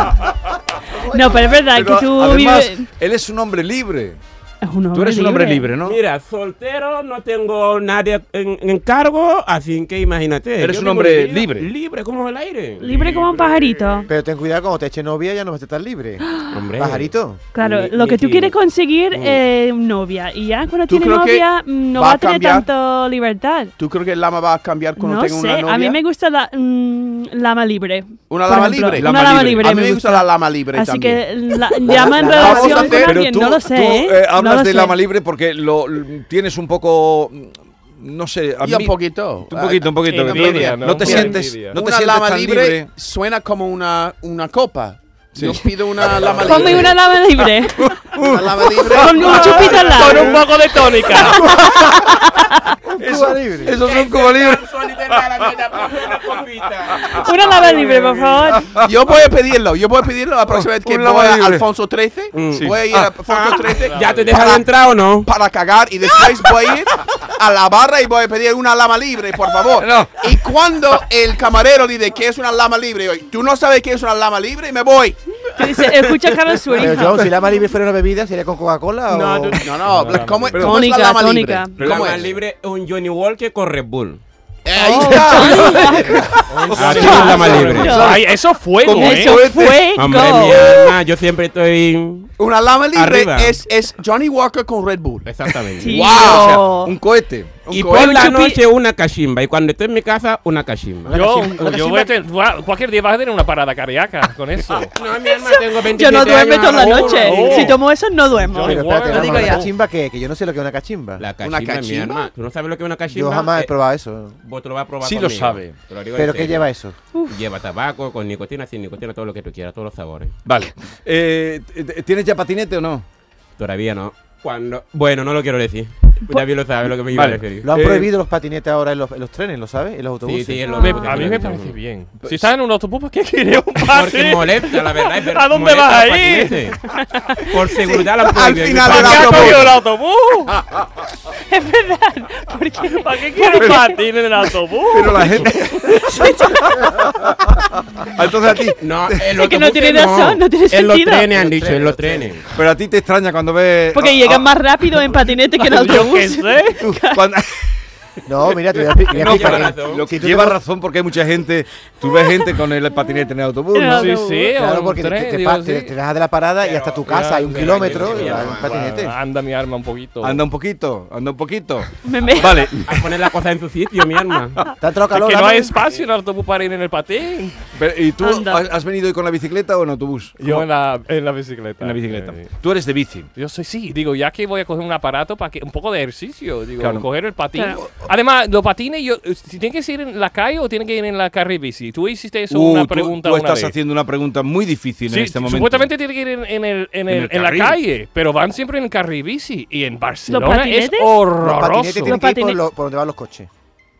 S2: No, pero es verdad
S8: Pero
S2: que tú
S8: además,
S2: vives...
S8: él es un hombre libre.
S2: Es un hombre
S8: Tú eres un hombre libre, ¿no? Ah,
S7: mira, soltero, no tengo nadie en, en cargo, así que imagínate.
S8: Eres
S7: yo
S8: un
S7: vivo
S8: hombre
S7: mi vida
S8: libre.
S7: Libre como el aire.
S2: Libre como un pajarito.
S6: Pero ten cuidado, cuando te eche novia ya no vas a estar libre.
S7: Hombre.
S6: Pajarito.
S2: Claro,
S7: Ni-
S2: lo que tú
S7: Nicky.
S2: quieres conseguir
S7: Mm.
S2: eh, novia. Y ya cuando
S5: ¿Tú
S2: tiene
S5: creo que
S2: novia mm, no
S5: va
S2: va
S5: a
S2: a tener
S5: cambiar?
S2: tanto libertad.
S5: ¿Tú crees que el lama va a cambiar cuando
S2: No
S5: tenga una
S2: sé,
S5: novia?
S2: a mí me gusta la mm, lama libre.
S5: ¿Una
S2: por
S5: lama
S2: ejemplo.
S5: libre?
S2: Una lama libre.
S5: A mí me gusta la lama libre
S2: Así
S5: también.
S2: que la, llama en
S5: la- vamos a
S2: relación
S5: hacer-
S2: con
S5: pero
S2: alguien, no lo sé.
S8: tú,
S2: ¿eh?
S8: eh,
S2: No
S8: hablas
S2: lo
S8: de
S2: sé.
S8: Lama Libre porque lo l- tienes un poco, mm, no sé, a
S5: Y un
S8: mí-
S5: poquito.
S8: un poquito, un poquito.
S4: Envidia,
S8: no,
S4: ¿no?
S8: te
S4: Mira,
S8: sientes,
S4: envidia.
S8: no te
S5: una
S8: sientes
S5: lama
S8: tan
S5: libre,
S8: libre.
S5: suena como una, una copa. Yo pido una lama libre.
S2: Ponme una lama libre.
S5: Una lama libre.
S2: con un chupito al lado.
S4: Con un poco de tónica.
S6: Cuba libre.
S8: Eso es un Cuba Libre.
S7: Ah,
S2: Una lama libre, por favor.
S5: Yo voy a pedirlo. Yo voy a pedirlo la próxima vez que
S8: Un lama
S5: voy a
S8: libre. Ah.
S5: Alfonso XIII.
S7: Mm.
S5: Voy a ir a Alfonso XIII
S7: ¿Ya te dejan entrar o no?
S5: para cagar y después voy a ir a la barra y voy a pedir una lama libre, por favor.
S8: No.
S5: Y cuando el camarero dice que es una lama libre, yo, tú no sabes que es una lama libre, me voy.
S2: Te dice, escucha Carlos Suri.
S6: Pero John, si Lama libre fuera una bebida, ¿sería con Coca-Cola o...?
S5: No, no, no.
S4: Una lama libre.
S5: ¿Cómo, cómo es la
S2: Tónica,
S5: lama
S2: tónica.
S5: libre?
S7: La
S5: ¿Cómo
S7: más
S5: es?
S7: libre es un Johnny Walker con Red Bull.
S5: Eh, ahí está.
S7: Así es la más libre.
S4: Ay, eso fuego,
S8: Como
S4: ¿eh?
S2: Eso fue
S7: Hombre,
S2: go.
S7: mi alma, yo siempre estoy...
S5: Una lama libre
S7: Arriba.
S5: es, es Johnny Walker con Red Bull.
S7: Exactamente.
S2: Sí.
S8: O
S2: Wow.
S8: sea, un cohete.
S5: Un
S7: Y
S5: cohete.
S7: por la
S2: Chupi-
S7: noche una cachimba. Y cuando estoy en mi casa, una cachimba.
S4: Yo, yo voy a tener- guau, cualquier día vas a tener una parada cardíaca con eso.
S7: No, mi alma, tengo
S2: Yo no duermo toda la
S4: Oh,
S2: noche.
S4: no.
S2: Si tomo eso, no duermo.
S4: Johnny
S6: Pero espérate,
S4: Walker.
S6: Lama,
S2: digo
S6: ¿una
S2: ya.
S6: cachimba qué? Que yo no sé lo que es una cachimba.
S7: La
S5: ¿Una
S7: cachimba, mi
S5: cachimba?
S7: hermano. ¿Tú no sabes lo que es una cachimba?
S6: Yo jamás
S7: Eh,
S6: he probado eso.
S7: Vos te lo vas a probar
S8: Sí lo
S7: conmigo.
S8: sabe.
S7: Te lo digo en
S6: ¿Pero qué
S7: serio.
S6: lleva eso?
S7: Lleva tabaco, con nicotina, sin nicotina, todo lo que tú quieras, todos los sabores.
S8: Vale. Eh, t- t- ¿Tienes ya patinete o no?
S7: Todavía no. Cuando... Bueno, no lo quiero decir. David lo sabe lo que me iba
S8: Vale.
S7: a referir.
S6: Lo han
S8: Eh,
S6: prohibido los patinetes ahora en los, en los trenes, ¿lo sabes? En los
S7: Sí,
S6: autobuses.
S7: sí, es lo
S4: Me-
S7: que
S4: Ah, a mí me
S7: quiero
S4: parece
S7: decir.
S4: bien. Si estás en un autobús, ¿por qué quieres un
S7: Porque
S4: party?
S7: molesta, la verdad. es ver-
S4: ¿A dónde
S7: molesta
S4: vas a
S7: los
S4: ir?
S7: patinetes. Por seguridad la han
S5: Al
S7: prohibido.
S5: final de
S4: ¿Para
S5: la
S4: qué has
S5: promo-
S4: cogido el
S7: Ah.
S4: autobús?
S2: Es verdad. Porque
S4: ¿Para qué quieres patín en el autobús?
S8: Pero la gente. Entonces a ti.
S7: No, en
S2: Es que no tiene razón, no tiene
S7: En los
S2: sentido.
S7: trenes han dicho, en los trenes.
S8: Pero a ti te extraña cuando ves.
S2: porque
S8: ah,
S2: llegan
S8: ah,
S2: más rápido en patinete que en
S4: Yo qué
S2: autobús.
S4: sé.
S8: tú, cuando-
S6: No, mira, te voy a expli- te voy a
S7: No,
S6: explicar.
S7: para
S6: eh,
S7: razón.
S8: Lo que
S6: Si tú
S8: lleva
S6: te-
S8: razón porque hay mucha gente. Tú ves gente con el patinete en el autobús.
S2: En el
S8: ¿no?
S4: Sí, sí, o
S6: Claro,
S4: un
S6: porque te-
S4: tren,
S6: te,
S4: digo,
S6: pa-
S4: sí.
S6: te- te bajas de la parada y
S7: Pero-
S6: hasta tu casa
S7: Ya,
S6: hay un
S7: ya,
S6: kilómetro
S7: ya,
S6: y
S7: ya,
S6: vas
S7: ya,
S6: en
S7: ya.
S6: patinete.
S4: Anda mi arma un poquito.
S8: Anda un poquito, anda un poquito.
S2: Me- me-
S8: Vale.
S7: A poner la cosa en su sitio, mi alma.
S6: ¿Te ha entrado
S4: Es
S6: calor?
S4: que no
S6: Lama?
S4: hay espacio en el autobús para ir en el patín.
S8: Pero, ¿Y tú
S2: Anda.
S8: has has venido hoy con la bicicleta o en autobús?
S4: Yo en la, en la bicicleta.
S8: En la bicicleta.
S4: Eh,
S8: Tú eres de bici.
S4: Yo soy sí, digo, ya que voy a coger un aparato para que un poco de ejercicio, digo,
S8: Claro.
S4: coger el patín.
S2: Claro.
S4: Además, los patines, yo, si tienen que ir en la calle o tienen que ir en la carril bici. Tú hiciste eso
S8: Uh,
S4: una
S8: tú-
S4: pregunta
S8: tú,
S4: una
S8: estás
S4: vez.
S8: haciendo una pregunta muy difícil
S4: Sí,
S8: en este momento.
S4: supuestamente tienen que ir en, en el, en, el-
S8: el
S4: en la
S8: carril.
S4: calle, pero van siempre en el carril bici. Y en Barcelona es
S2: patinetes?
S6: Los patinetes
S4: horroroso.
S6: tienen que ir por,
S2: patinetes.
S6: lo- por donde van los coches.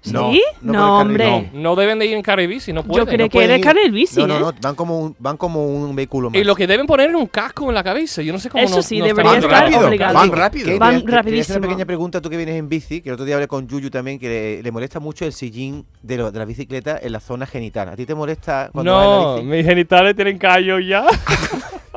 S6: No,
S2: ¿Sí?
S6: no
S2: No,
S6: con el carril,
S2: hombre.
S4: No deben de ir en carril bici, no
S2: Yo
S4: pueden.
S2: creo
S6: no
S2: que
S6: pueden
S2: eres
S6: ir.
S2: carril bici,
S6: no, no,
S2: ¿eh?
S6: no, van como un, van como un vehículo más.
S4: Y lo que deben poner es un casco en la cabeza. Yo no sé cómo
S2: Eso
S4: no-
S2: sí,
S4: no
S2: debería
S4: están
S5: Van
S2: estar
S4: preparados.
S5: rápido,
S2: obligado.
S5: van rápido.
S2: Van
S6: Quería- quería hacer
S2: rapidísimo.
S6: una pequeña pregunta, tú que vienes en bici, que el otro día hablé con Yuyu también, que le, le molesta mucho el sillín de, lo- de la bicicleta en la zona genital. ¿A ti te molesta cuando vas
S4: No,
S6: en la bici?
S4: mis genitales tienen callo ya.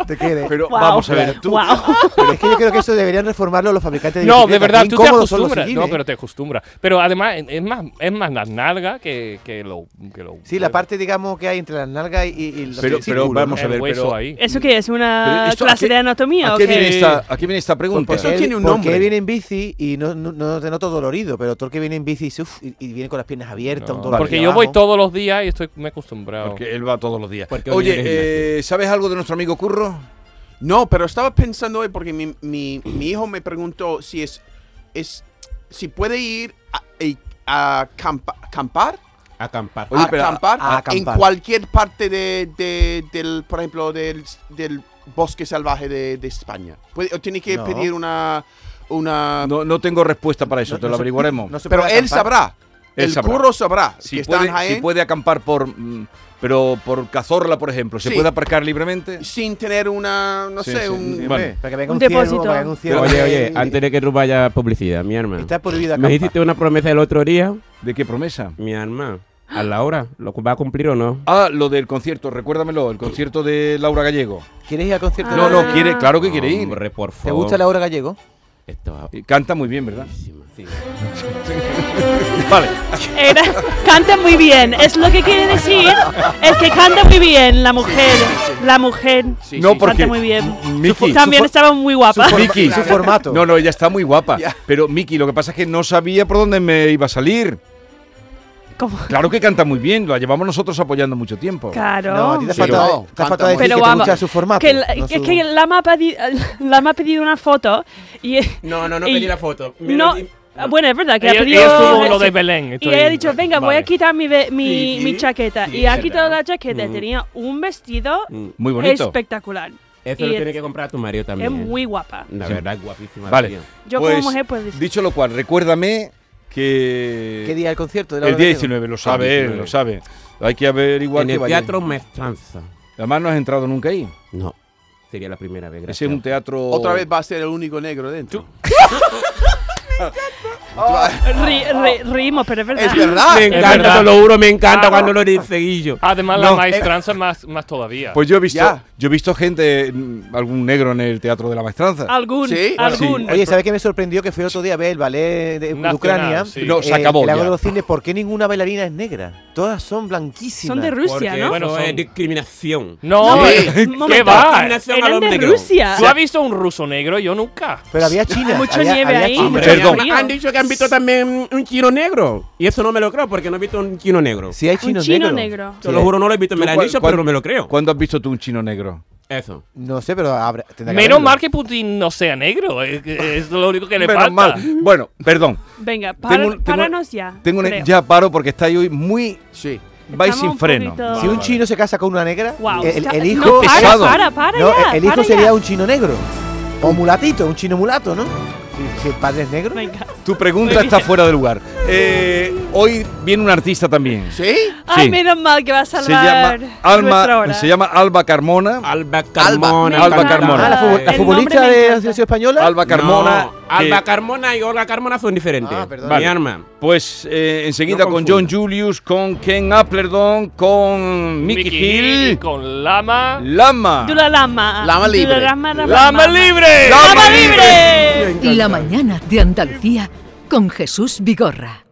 S6: ¿Te quieres?
S3: Pero
S2: Guau.
S3: vamos a ver, tú.
S2: Guau.
S6: Pero es que yo creo que eso deberían reformarlo los fabricantes de
S4: No, de
S6: bicicletas,
S4: verdad,
S6: qué
S4: tú te
S6: incómodos son los
S4: acostumbras. No,
S6: sillines.
S4: pero te acostumbras. Pero además, es más, es más las nalgas que, que lo, que lo-
S6: Sí, la parte, digamos, que hay entre las nalgas y, y- y los
S3: Pero, pero
S6: testículos,
S3: vamos
S6: ¿no?
S3: a
S4: el
S3: ver,
S4: hueso
S3: pero.
S4: ahí.
S2: ¿Eso qué es? ¿Una
S3: Pero esto, ¿a
S2: clase
S3: qué-
S2: de anatomía
S3: ¿A
S2: o
S3: qué
S2: qué?
S3: viene esta, a qué viene esta
S6: Pues
S3: pregunta?
S6: porque
S5: Eso
S6: él-
S5: tiene un
S6: Porque
S5: nombre.
S6: él viene en bici y no, no, no te noto dolorido, pero todo el que viene en bici dice, "Uf", y, y viene con las piernas abiertas, un
S4: No,
S6: dolor
S4: porque
S6: aquí
S4: yo voy
S6: abajo.
S4: todos los días y estoy me he acostumbrado.
S3: Porque él va todos los días.
S7: Porque hoy
S3: Oye,
S7: eres gimnasio.
S3: eh, ¿sabes algo de nuestro amigo Curro?
S5: No, pero estaba pensando hoy porque mi, mi- mi hijo me preguntó si es, es si puede ir a, eh, a- a campa- acampar,
S7: Acampar.
S3: Oye,
S5: a
S3: pero a-
S5: acampar,
S6: a acampar.
S5: en cualquier parte de, de- del, por ejemplo, del, del bosque salvaje de, de España. Puede, o tiene que
S6: No.
S5: pedir una, una
S3: No, no tengo respuesta para eso,
S6: No-
S3: te
S6: no
S3: lo
S6: se-
S3: averiguaremos.
S6: no se
S5: pero
S6: puede
S5: él
S6: acampar.
S5: sabrá.
S3: Él
S5: el
S3: sabrá.
S5: curro sabrá
S3: si,
S5: que está en
S3: puede, si
S5: Jaén
S3: puede acampar por. mm, Pero por Cazorla, por ejemplo, ¿se
S5: Sí.
S3: puede aparcar libremente?
S5: sin tener una, no
S3: Sí,
S5: sé,
S3: sí,
S5: un...
S3: sí, bueno.
S6: Para que venga
S2: Un
S6: un, ciervo,
S2: depósito.
S6: para que venga un ciervo.
S7: Oye, oye,
S6: Y-
S7: antes de que tú vayas a publicidad, mi hermano.
S6: eh, Está prohibido
S7: Me
S6: acampar.
S7: hiciste una promesa el otro día,
S3: ¿De qué promesa?
S7: mi hermano. A la hora, ¿lo va a cumplir o no?
S3: Ah, lo del concierto, recuérdamelo, el concierto de Laura Gallego.
S6: ¿Quieres ir al concierto?
S2: Ah.
S3: No, no, quiere, claro que quiere ir.
S7: Hombre, por favor.
S6: ¿Te gusta Laura Gallego?
S7: Esto
S3: Y Canta muy bien, ¿verdad?
S7: es sí.
S3: Vale.
S2: Era- canta muy bien. Es lo que quiere decir. Es que canta muy bien la mujer. La mujer.
S5: Sí,
S3: no,
S5: sí,
S3: porque
S2: Canta muy bien.
S3: Miki,
S2: También
S3: su
S2: estaba muy
S3: fo-
S2: guapa.
S3: su Miki.
S6: Su formato.
S3: No, no, ella está muy guapa.
S5: Ya.
S3: Pero Miki, lo que pasa es que no sabía por dónde me iba a salir.
S2: Como-
S3: Claro que canta muy bien, la llevamos nosotros apoyando mucho tiempo.
S2: Claro.
S6: No, a ti te
S5: Sí,
S6: falta,
S5: no,
S6: te
S5: canta
S6: falta decir
S2: bien.
S5: muy
S6: que te
S2: Pero
S6: gusta
S2: vamos,
S6: su formato.
S2: Que la,
S6: no
S2: es
S6: su-
S2: que la me ha pedido, la me ha pedido una foto y
S7: No, no, no
S2: Y-
S7: pedí la foto. Me
S2: no, ah,
S7: lo di-
S2: bueno es verdad que ha
S4: Ella-
S2: pedido
S4: ella estuvo en lo de Belén,
S2: y
S4: estoy-
S2: ella ha dicho venga voy a
S4: vale.
S2: quitar mi ve- mi,
S7: Sí,
S2: mi chaqueta
S7: sí,
S2: y ha
S7: es
S2: quitado
S7: verdad.
S2: la chaqueta
S7: Mm.
S2: tenía un vestido
S7: Mm,
S3: Muy bonito.
S2: espectacular
S7: Eso
S2: Y
S7: lo
S2: es-
S7: tiene que comprar tu marido
S2: es
S7: también. ¿eh?
S2: muy guapa
S7: La
S3: Sí.
S7: verdad, guapísima.
S3: Vale.
S7: tía.
S2: yo
S3: Pues,
S2: como mujer puedo decir
S3: Dicho lo cual, recuérdame que...
S6: ¿Qué día el concierto? de Laura
S3: El día
S6: Gallego?
S3: 19, lo sabe él,
S7: 19.
S3: lo sabe. Hay que averiguar
S7: En
S3: que
S7: el
S3: vaya.
S7: teatro Maestranza.
S3: Además no has entrado nunca ahí.
S7: No. Sería la primera vez.
S3: Ese es
S7: Gracias.
S3: un teatro...
S5: Otra vez va a ser el único negro dentro.
S2: Ri- ri- rimos pero es verdad
S5: Es verdad.
S7: Me
S4: Es
S7: encanta,
S4: verdad.
S7: te lo juro, me encanta
S4: Ah.
S7: cuando lo dice Guillo.
S2: Ah,
S4: Además,
S3: No,
S4: la maestranza más, más todavía.
S3: Pues yo he visto,
S5: Ya.
S3: yo he visto gente, mm, algún negro en el Teatro de la Maestranza.
S2: algún
S5: Sí.
S2: algún
S3: Sí.
S6: Oye, ¿sabes qué me sorprendió? Que fui otro día a ver el ballet de, de
S4: Nacional,
S6: Ucrania. eh,
S4: sí.
S3: No, se acabó
S6: el Lago
S3: ya.
S6: de los Cisnes, ¿por qué ninguna bailarina es negra? Todas son blanquísimas.
S2: son de Rusia
S7: Porque
S2: ¿no?
S4: Bueno,
S7: eso es
S4: son-
S7: discriminación.
S4: no,
S5: Sí.
S4: pero-
S2: Un
S4: ¿qué
S2: momento,
S4: va?
S7: Discriminación a
S2: eran
S7: los
S2: de
S7: negros.
S2: Rusia
S4: ¿Tú has visto un ruso negro? Yo nunca.
S6: Pero había China.
S2: Mucho
S6: había,
S2: nieve
S6: había
S2: ahí.
S6: China.
S3: Hombre,
S2: Mucho
S3: perdón.
S2: frío.
S7: Han dicho que han visto también un chino negro. Y eso no me lo creo porque no he visto un chino negro.
S6: Sí, hay
S2: un
S6: chinos
S2: chino
S6: negros.
S2: negro
S7: Te lo juro, no lo he visto. Me lo han
S3: ¿Cuál-
S7: dicho,
S3: cuál-
S7: pero no me lo creo.
S3: ¿Cuándo has visto tú un chino negro?
S7: Eso.
S6: No sé, pero habrá, tendrá que
S4: Menos
S6: haberlo.
S4: mal que Putin no sea negro. Es, es lo único que le
S3: Menos
S4: falta.
S3: mal. Bueno, perdón.
S2: venga para-
S3: Tengo un- tengo-
S2: páranos ya
S3: Tengo una-
S2: creo.
S3: ya paro porque estáis hoy muy...
S5: Sí.
S3: Vais
S2: Estamos
S3: sin
S2: un
S3: freno.
S2: poquito-
S6: Si un chino se casa con una negra,
S2: Wow,
S6: el,
S2: está-
S6: el hijo.
S2: no, para,
S3: pesado.
S2: para, para
S6: No,
S2: ya,
S6: el hijo
S2: para ya.
S6: sería un chino negro. O mulatito, un chino mulato, ¿no? Si, si el padre es negro.
S2: Venga.
S3: Tu pregunta está fuera de lugar. Eh, hoy viene un artista también.
S5: ¿Sí?
S2: Ay, menos mal que va a
S3: Se
S2: salvar
S3: llama,
S2: nuestra hora.
S3: Alma, se llama Alba Carmona.
S7: Alba Carmona.
S3: Alba
S7: cantante.
S3: Carmona.
S6: Ah, la, fu- la
S2: El
S6: futbolista
S2: nombre me
S6: de la
S2: encanta.
S6: selección española.
S3: Alba Carmona.
S7: No, Alba
S3: que-
S7: Carmona y Olga Carmona son diferentes.
S6: Ah, perdón.
S7: Mi
S3: Vale.
S7: arma.
S3: pues eh, enseguida
S7: No
S3: con John
S7: confunda.
S3: Julius, con Ken Applerdon, con Mickey,
S4: Mickey
S3: Hill,
S4: Hill con Lama.
S3: Lama.
S2: Dula Lama.
S5: Lama libre.
S2: Dula Lama, Lama,
S4: ¡Lama libre!
S2: Lama libre.
S9: La mañana de Andalucía con Jesús Vigorra.